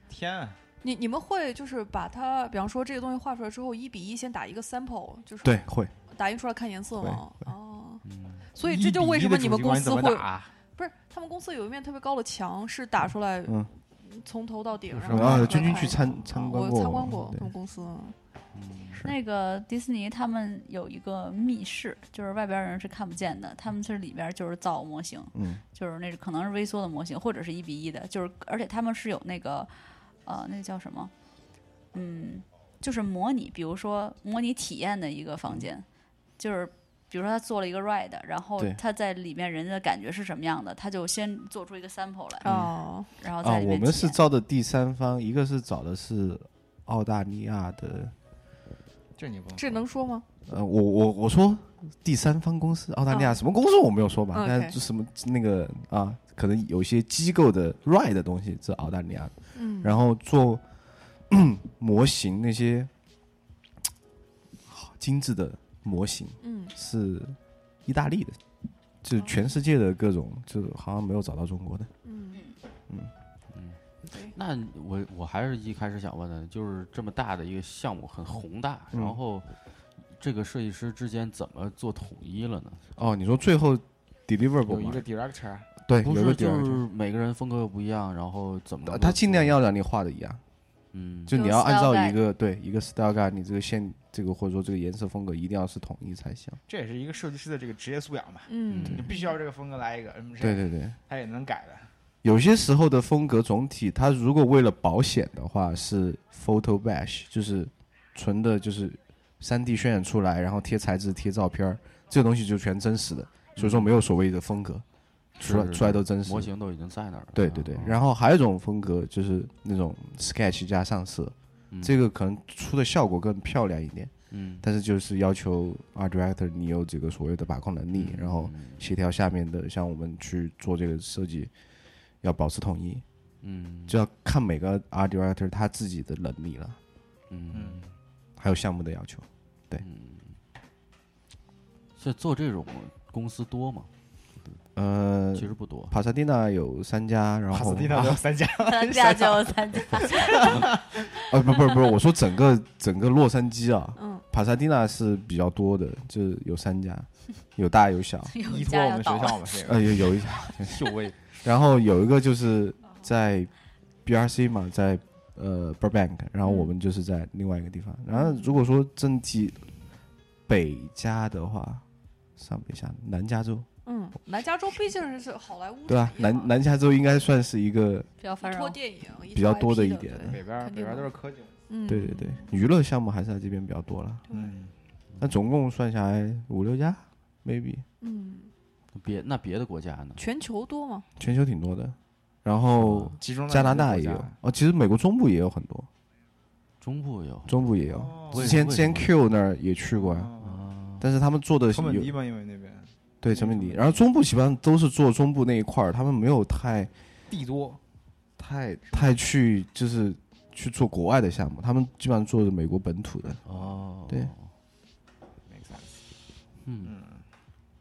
S7: 天啊，
S4: 你你们会就是把它，比方说这个东西画出来之后，一比一先打一个 sample，就是
S8: 对，会
S4: 打印出来看颜色吗？哦，
S2: 嗯，
S4: 所以这就为什
S7: 么
S4: 么你们公司
S7: 怎么
S4: 会
S7: 打啊？
S4: 不是他们公司有一面特别高的墙是打出来
S8: 嗯，
S4: 从头到顶。
S7: 就是
S4: 然后
S8: 然后
S4: 看
S8: 啊君君去
S4: 看
S8: 参参观
S4: 我
S8: 过，
S4: 参观过
S8: 对嗯
S4: 他们公司，
S2: 嗯
S5: 那个迪士尼他们有一个密室，就是外边人是看不见的，他们是里边就是造模型，
S8: 嗯，
S5: 就是那可能是微缩的模型，或者是一比一的，就是而且他们是有那个呃那叫什么，嗯，就是模拟，比如说模拟体验的一个房间，就是。比如说他做了一个 ride，然后
S8: 对
S5: 他在里面人的感觉是什么样的，他就先做出一个 sample 来，
S4: 哦，
S5: 然后
S8: 啊
S5: 在，里面
S8: 我们是
S5: 体验
S8: 招的第三方，一个是找的是澳大利亚的，
S7: 这你不
S4: 这能说吗？
S8: 呃，我我我说第三方公司，澳大利亚什么公司我没有说吧，
S4: 嗯 OK
S8: 但是什么那个啊，可能有些机构的 ride 的东西是澳大利亚的，
S4: 嗯，
S8: 然后做 模型那些好精致的模型
S4: 嗯
S8: 是意大利的，就是全世界的各种，就是好像没有找到中国的。
S4: 嗯
S2: 那我我还是一开始想问的，就是这么大的一个项目，很宏大，
S8: 嗯
S2: 然后这个设计师之间怎么做统一了呢？
S8: 哦，你说最后 deliverable
S7: 有一
S8: 吗
S7: 个 director，
S8: 对，
S2: 不
S8: 有
S2: 是，
S8: 一个
S2: 就
S8: director
S2: 是每个人风格又不一样，然后怎么能
S8: 呃
S2: 够
S8: 他尽量
S2: 做
S8: 要让你画的一样，
S2: 嗯，
S8: 就你
S5: 有
S8: 要按
S5: style
S8: 照
S5: guide
S8: 一个对一个 style guide，你这个线这个或者说这个颜色风格一定要是统一才行。
S7: 这也是一个设计师的这个职业素养嘛，
S4: 嗯
S7: 你必须要这个风格来一个，嗯，
S8: 对，对对，
S7: 他也能改的。
S8: 有些时候的风格总体，它如果为了保险的话，是 photo bash，就是纯的，就是3 D 渲染出来，然后贴材质、贴照片儿，这个东西就全真实的，所以说没有所谓的风格，出来
S2: 嗯是
S8: 出来都真实。
S2: 模。型都已经在那儿了。
S8: 对对对，
S2: 嗯
S8: 然后还有一种风格就是那种 sketch 加上色，
S2: 嗯
S8: 这个可能出的效果更漂亮一点，
S2: 嗯，
S8: 但是就是要求 art director 你有这个所谓的把控能力，然后协调下面的，像我们去做这个设计，要保持统一。
S2: 嗯
S8: 就要看每个 art director 他自己的能力了，
S2: 嗯，
S8: 还有项目的要求。
S2: 像做这种公司多吗？
S8: 呃
S2: 其，实不多，
S8: 帕萨蒂娜有三家，然后
S7: 帕斯蒂纳有三家，
S5: 三 家就三家，
S8: 啊，不不不，我说整个整个洛杉矶啊，
S4: 嗯，
S8: 帕萨蒂娜是比较多的，就是有三家，有大有小，
S5: 有一
S7: 依托
S5: 家
S7: 我
S5: 要
S7: 们
S5: 倒
S7: 学
S5: 了。
S7: 校嘛， 这个
S8: 呃，有有一家，
S7: 就位，
S8: 然后有一个就是在 BRC 嘛，在呃 Burbank，然后我们就是在另外一个地方。然后如果说整体北加的话，上北下南加州，
S4: 嗯，南加州毕竟是好莱坞
S8: 对吧、
S4: 产业
S8: 南
S4: 嘛
S8: 南加州应该算是一个，
S5: 比较繁
S4: 一托
S5: 荣，
S4: 电影一
S8: 比较
S4: 托
S8: 多的
S4: IP
S8: 一
S4: 的
S8: 点
S4: 对
S8: 的
S7: 北边儿
S4: 肯
S7: 北
S4: 定
S7: 边儿都
S4: 的
S7: 是科技，
S4: 嗯，
S8: 对对对，娱乐项目还是在这边比较多了。
S7: 嗯，
S8: 那总共算下来五六家，maybe
S4: 嗯，
S2: 别那别的国家呢？
S4: 全球多吗？
S8: 全球挺多的。然后
S2: 哦
S7: 集中在
S8: 嗯加拿
S7: 哪
S8: 大
S7: 个
S8: 也
S7: 国
S8: 有
S7: 家，
S8: 哦，其实美国中部也有很多，
S2: 中部有
S8: 中部也有。
S7: 哦
S8: 之
S2: 为为
S8: 前之
S2: 什
S8: 前
S2: 么
S8: Q 那儿也去过呀，
S7: 哦
S2: 啊，
S8: 但是他们做的
S7: 成本
S8: 有
S7: 低嘛，因为那边
S8: 对成本低，然后中部基本上都是做中部那一块儿，他们没有太
S7: 地多，
S8: 太太去就是去做国外的项目，他们基本上做的美国本土的。
S2: 哦，
S8: 对，
S7: makes sense
S2: 嗯，
S7: 嗯，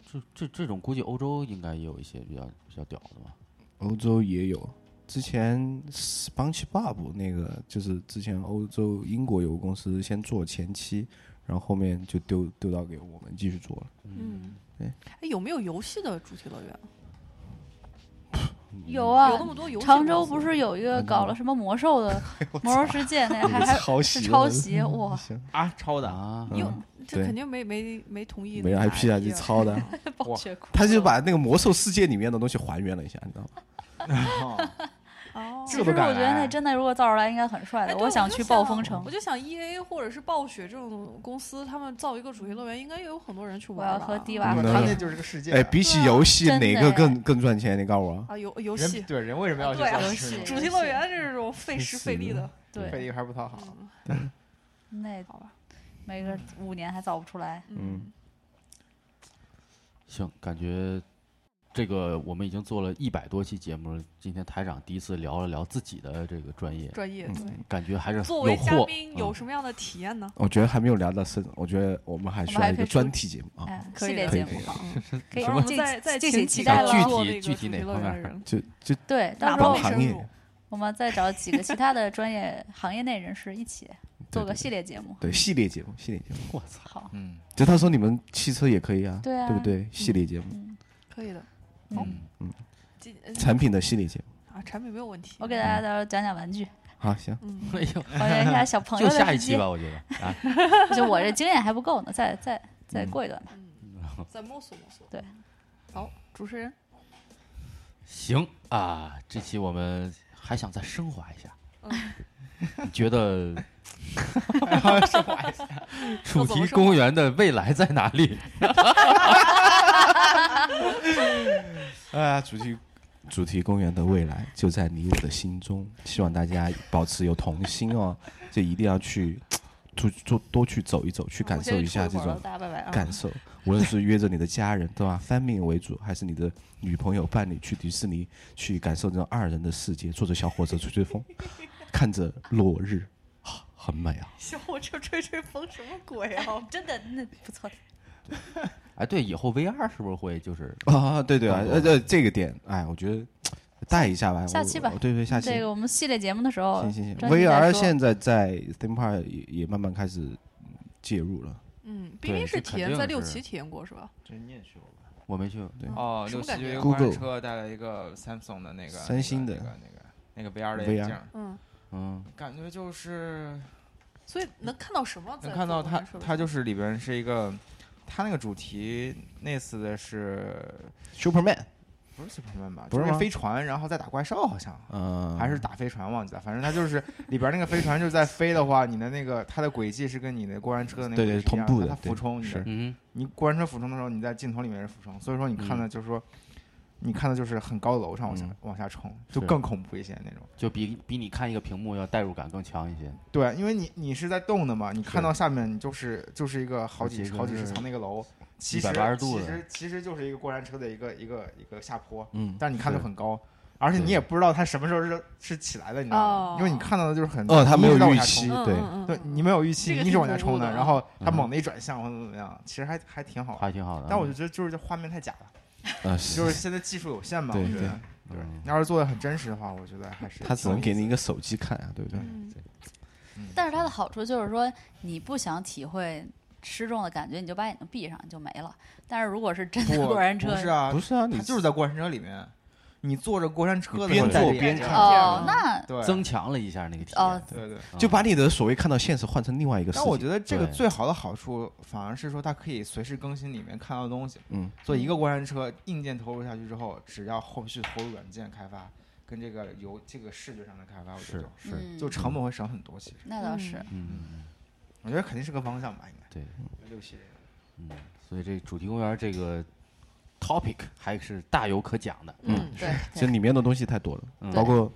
S2: 这这这种估计欧洲应该也有一些比较比较屌的吧？
S8: 欧洲也有，之前 Sponge Bob 那个就是之前欧洲英国有个公司先做前期，然后后面就丢丢到给我们继续做了。
S4: 嗯，
S8: 对
S4: 哎，有没有游戏的主题乐园？
S5: 有啊
S4: 有，那么多游戏公司。
S5: 常州不是有一个搞了什么魔兽的魔兽世界，那还还
S8: 抄
S5: 是抄袭 哇，
S7: 啊，抄的，
S2: 啊，
S4: 有
S8: 嗯，
S4: 这
S8: 对
S4: 肯定没没没同意
S8: 没
S4: 那个
S8: IP 啊，
S4: idea
S8: 就抄的。
S5: 暴雪哭
S8: 他就把那个魔兽世界里面的东西还原了一下，你知道吗？
S7: 哦
S4: 哦。
S5: 其
S7: 这
S5: 实
S7: 都
S5: 我
S7: 敢
S5: 觉得
S7: 来
S5: 那真的如果造出来应该很帅
S4: 哎
S5: 的，
S4: 对我
S5: 想
S4: 就
S5: 去暴
S4: 想
S5: 风城
S4: 我。就想 E A 或者是暴雪这种公司，他们造一个主题乐园，应该也有很多人去
S5: 我
S4: 玩
S5: 要
S4: 吧
S5: 和低娃
S8: 嗯
S5: 和
S8: 能
S7: 他
S5: 低
S7: 那就是个世
S5: 啊
S7: 界，啊
S8: 哎，比起游戏
S5: 真的
S8: 哪个
S5: 耶
S8: 更更赚钱？你告诉我啊。
S4: 啊游游
S7: 人
S4: 戏
S7: 对人为什么要去
S4: 对啊
S7: 做
S5: 游
S7: 这
S5: 戏
S7: 种
S4: 主题乐园这种费时费力的，
S5: 对
S7: 费力还不讨好，
S5: 那
S4: 好吧？
S5: 每个五年还造不出来，
S8: 嗯，
S2: 行，感觉这个我们已经做了一百多期节目了，今天台长第一次聊了聊自己的这个专业，
S4: 专业
S8: 嗯
S4: 对。
S2: 感觉还是
S4: 作
S2: 有
S4: 为嘉
S2: 货。
S4: 宾
S2: 嗯
S4: 有什么样的体验呢？
S8: 我觉得还没有聊到深，我觉得我们还需
S5: 我们还
S8: 要一
S5: 可以
S8: 个
S5: 出
S8: 专题节目啊，
S5: 哎，
S4: 可
S5: 系
S4: 以
S5: 列
S4: 的
S5: 节
S8: 可以
S5: 目
S8: 可以
S5: 啊，
S4: 嗯
S5: 可以
S4: 然后我们
S5: 敬
S4: 再再
S5: 敬
S4: 请
S5: 请
S4: 几
S5: 期
S4: 个
S5: 待
S2: 想具
S5: 了。
S4: 做
S2: 体
S4: 那个
S2: 具体
S4: 主
S2: 哪
S4: 题乐
S2: 方面
S4: 园的人
S8: 就就
S5: 对，到
S4: 哪
S5: 时候
S4: 方
S8: 帮
S4: 面
S8: 行
S4: 深入
S8: 业，
S5: 我们再找几个其他的专业行业内人士一起做个
S8: 对
S5: 系列节目。
S8: 对系列节目，系列节目，
S2: 我操，
S5: 好，
S7: 嗯，
S8: 就到时候你们汽车也可以啊，
S5: 对啊
S8: 不对？系列节目，
S5: 嗯
S4: 可以的
S5: 嗯，
S4: 这
S8: 产品的系列节目，
S4: 啊，产品没有问题。
S5: 我给大家到时候讲讲玩具，
S8: 好，行，
S4: 嗯，
S2: 哎呦，
S5: 还原一下小朋友
S2: 就
S5: 的
S2: 下一
S5: 世
S2: 期
S5: 界。
S2: 吧，我觉得啊，
S5: 就 我这经验还不够呢，再再再
S8: 嗯
S5: 过一段吧。
S4: 再摸索摸索。
S5: 对，
S4: 好，主持人，
S2: 行啊，这期我们还想再升华一下，你觉 得
S4: 嗯要
S2: 主
S4: 怎么
S2: 题
S4: 升
S2: 公
S4: 华
S2: 园的未来在哪里？
S7: 哎
S8: 啊，主题主题公园的未来就在你我的心中，希望大家保持有童心哦，就一定要去多多多去走一走，去感受一下这种
S5: 大家拜拜啊！
S8: 感受，无论是约着你的家人，对吧？family 为主，还是你的女朋友、伴侣去迪士尼，去感受这种二人的世界，坐着小火车吹吹 风，看着落日，啊很美啊！
S4: 小火车吹吹风什么鬼啊？
S5: 真的，那不错的。
S2: 哎，对，以后 VR 是不是会就是
S8: 啊，对对啊，
S2: 懂
S8: 呃呃，这个点，哎，我觉得带一下吧，
S5: 下
S8: 我
S5: 期吧
S8: 我对对，下期。
S5: 这个我们系列节目的时候
S8: 行行行
S5: 专题再
S8: ，VR
S5: 说
S8: 现在在 Theme Park 也也慢慢开始介入了。
S4: 嗯，
S2: 对
S4: 冰冰
S2: 这
S4: 是
S2: 肯
S4: 体验
S2: 定
S4: 在六
S2: 是
S4: 旗体验过是吧？
S7: 这你也学过吧？
S2: 我没去，
S8: 嗯
S7: 哦，
S4: 什
S7: 六
S4: 么感
S7: 七有一
S4: 觉
S7: 个滑
S8: Google
S7: 车带了一个 Samsung 的那个
S8: 三星的
S7: 那个那个那个那个 VR 的
S8: VR
S7: 眼镜儿，
S4: 嗯，
S8: 嗯，
S7: 感觉就是
S4: 所以能看到什么在做
S7: 能看到
S4: 动漫
S7: 它
S4: 设，备
S7: 它就是里边是一个，它那个主题那次的是
S8: Superman，
S7: 不是 Superman 吧？
S8: 不是
S7: 就
S8: 吗
S7: 是飞船，然后再打怪兽，好像。
S8: 嗯，
S7: 还是打飞船忘记了，反正它就是里边那个飞船就是在飞的话，你的那个它的轨迹是跟你的过山车的那个
S8: 对对
S7: 轨迹
S8: 同
S7: 一样
S8: 步
S7: 它它
S8: 的对
S7: 俯冲你的
S8: 是
S2: 嗯
S7: 你过山车俯冲的时候，你在镜头里面是俯冲，所以说你看的就是说，你看的就是很高的楼上往下、
S8: 嗯
S7: 往下冲，就是更恐怖一些那种。
S2: 哼，就比比你看一个屏幕要代入感更强一些。
S7: 对，因为你你是在动的嘛，你看到下面你就是就是一个好几
S2: 这个
S7: 好几十
S2: 是
S7: 层那个楼，其实
S2: 180度的
S7: 其实其实就是一个过山车的一个一个一个下坡，
S8: 嗯，
S7: 但你看的
S2: 是
S7: 很高。而且你
S2: 对
S7: 也不知道它什么时候是是起来的，你知道
S4: 哦
S7: 吗？因为你看到的就是很
S8: 哦，他没有
S7: 一直在往
S8: 预
S7: 下
S8: 期，
S7: 冲
S4: 嗯
S8: 对，
S4: 嗯嗯
S7: 对
S4: 嗯
S7: 你没有预期，
S4: 这个
S7: 你一直
S4: 挺
S7: 往下
S4: 恐怖
S7: 冲的，
S4: 的
S7: 然后
S2: 嗯
S7: 它
S2: 哼
S7: 猛地一转向或者怎么样，其实还还挺好玩。
S2: 还挺好的。
S7: 哦
S2: 嗯
S7: 但我
S8: 嗯
S7: 就觉得就是这画面太假 了。
S8: 呃，
S7: 就是现在技术有限嘛，我
S8: 对
S7: 觉
S8: 对
S7: 得，对
S2: 嗯，
S7: 你要是做的很真实的话，我觉得还是
S8: 他只能给你一
S7: 个，
S8: 个手机看啊，对不对？
S4: 嗯
S5: 但是它的好处就是说，你不想体会失重的感觉，你就把眼睛闭上你就没了。但是如果是真的
S7: 不
S5: 过山车
S7: 不，是啊
S8: 不，是啊，
S7: 他
S8: 你
S7: 就是在过山车里面，你坐着过山车的
S8: 你边
S7: 时候
S8: 坐
S7: 戴着眼
S8: 边
S7: 镜
S8: 看
S5: 哦，那
S7: 对
S2: 增强了一下那个体验。嗯
S5: 哦
S7: 对对。
S8: 就把你的所谓看到现实换成另外一个世
S7: 但我
S8: 界，
S7: 觉得这个
S2: 对
S7: 最好的好处反而是说，它可以随时更新里面看到的东西。
S8: 嗯，
S7: 做一个过山车硬件投入下去之后，只要后续投入软件开发跟这个游这个视觉上的开发，我觉得
S2: 是
S5: 嗯，
S7: 就就成本会省很多。其实
S5: 那倒是，
S2: 嗯，
S7: 我觉得肯定是个方向吧，应该
S2: 对，
S8: 嗯
S7: 六七人。
S2: 嗯所以这主题公园这个 topic 还是大有可讲的。
S8: 嗯
S4: 嗯，对，
S8: 其实里面的东西太多了，
S2: 嗯
S8: 包括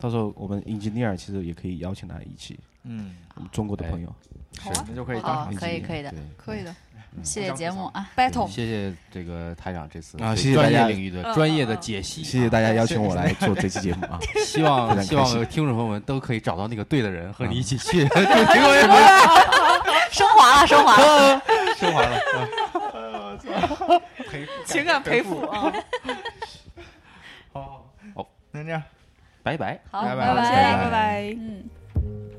S8: 到时候我们 engineer 其实也可以邀请他一起，
S7: 嗯，
S8: 我们中国的朋友，
S4: 好啊，
S7: 那就可以
S5: 哦
S7: 当，
S5: 可哎以可以的，
S2: 对，
S4: 可以的
S5: 谢谢节目啊。
S4: battle
S2: 谢谢这个台长这次
S8: 啊
S2: 对
S8: 谢谢
S2: 专
S8: 大
S2: 业
S8: 家
S2: 领域的
S4: 嗯
S2: 专
S4: 嗯
S2: 业的
S4: 嗯
S2: 解析。
S8: 谢谢大家邀请我来做这期节目啊，
S2: 希
S8: 非
S2: 望
S8: 常
S2: 希
S8: 开心
S2: 望听众朋友们都可以找到那个对的人，和你一起 去主题公园。
S5: 升华了，升华了。
S7: 升华了。嗯
S4: 情感陪抚啊，
S7: 那这样。
S2: 拜拜。
S5: 好，
S7: 拜拜
S5: 拜
S7: 谢谢
S5: 拜
S8: 拜
S4: 拜。
S5: 嗯。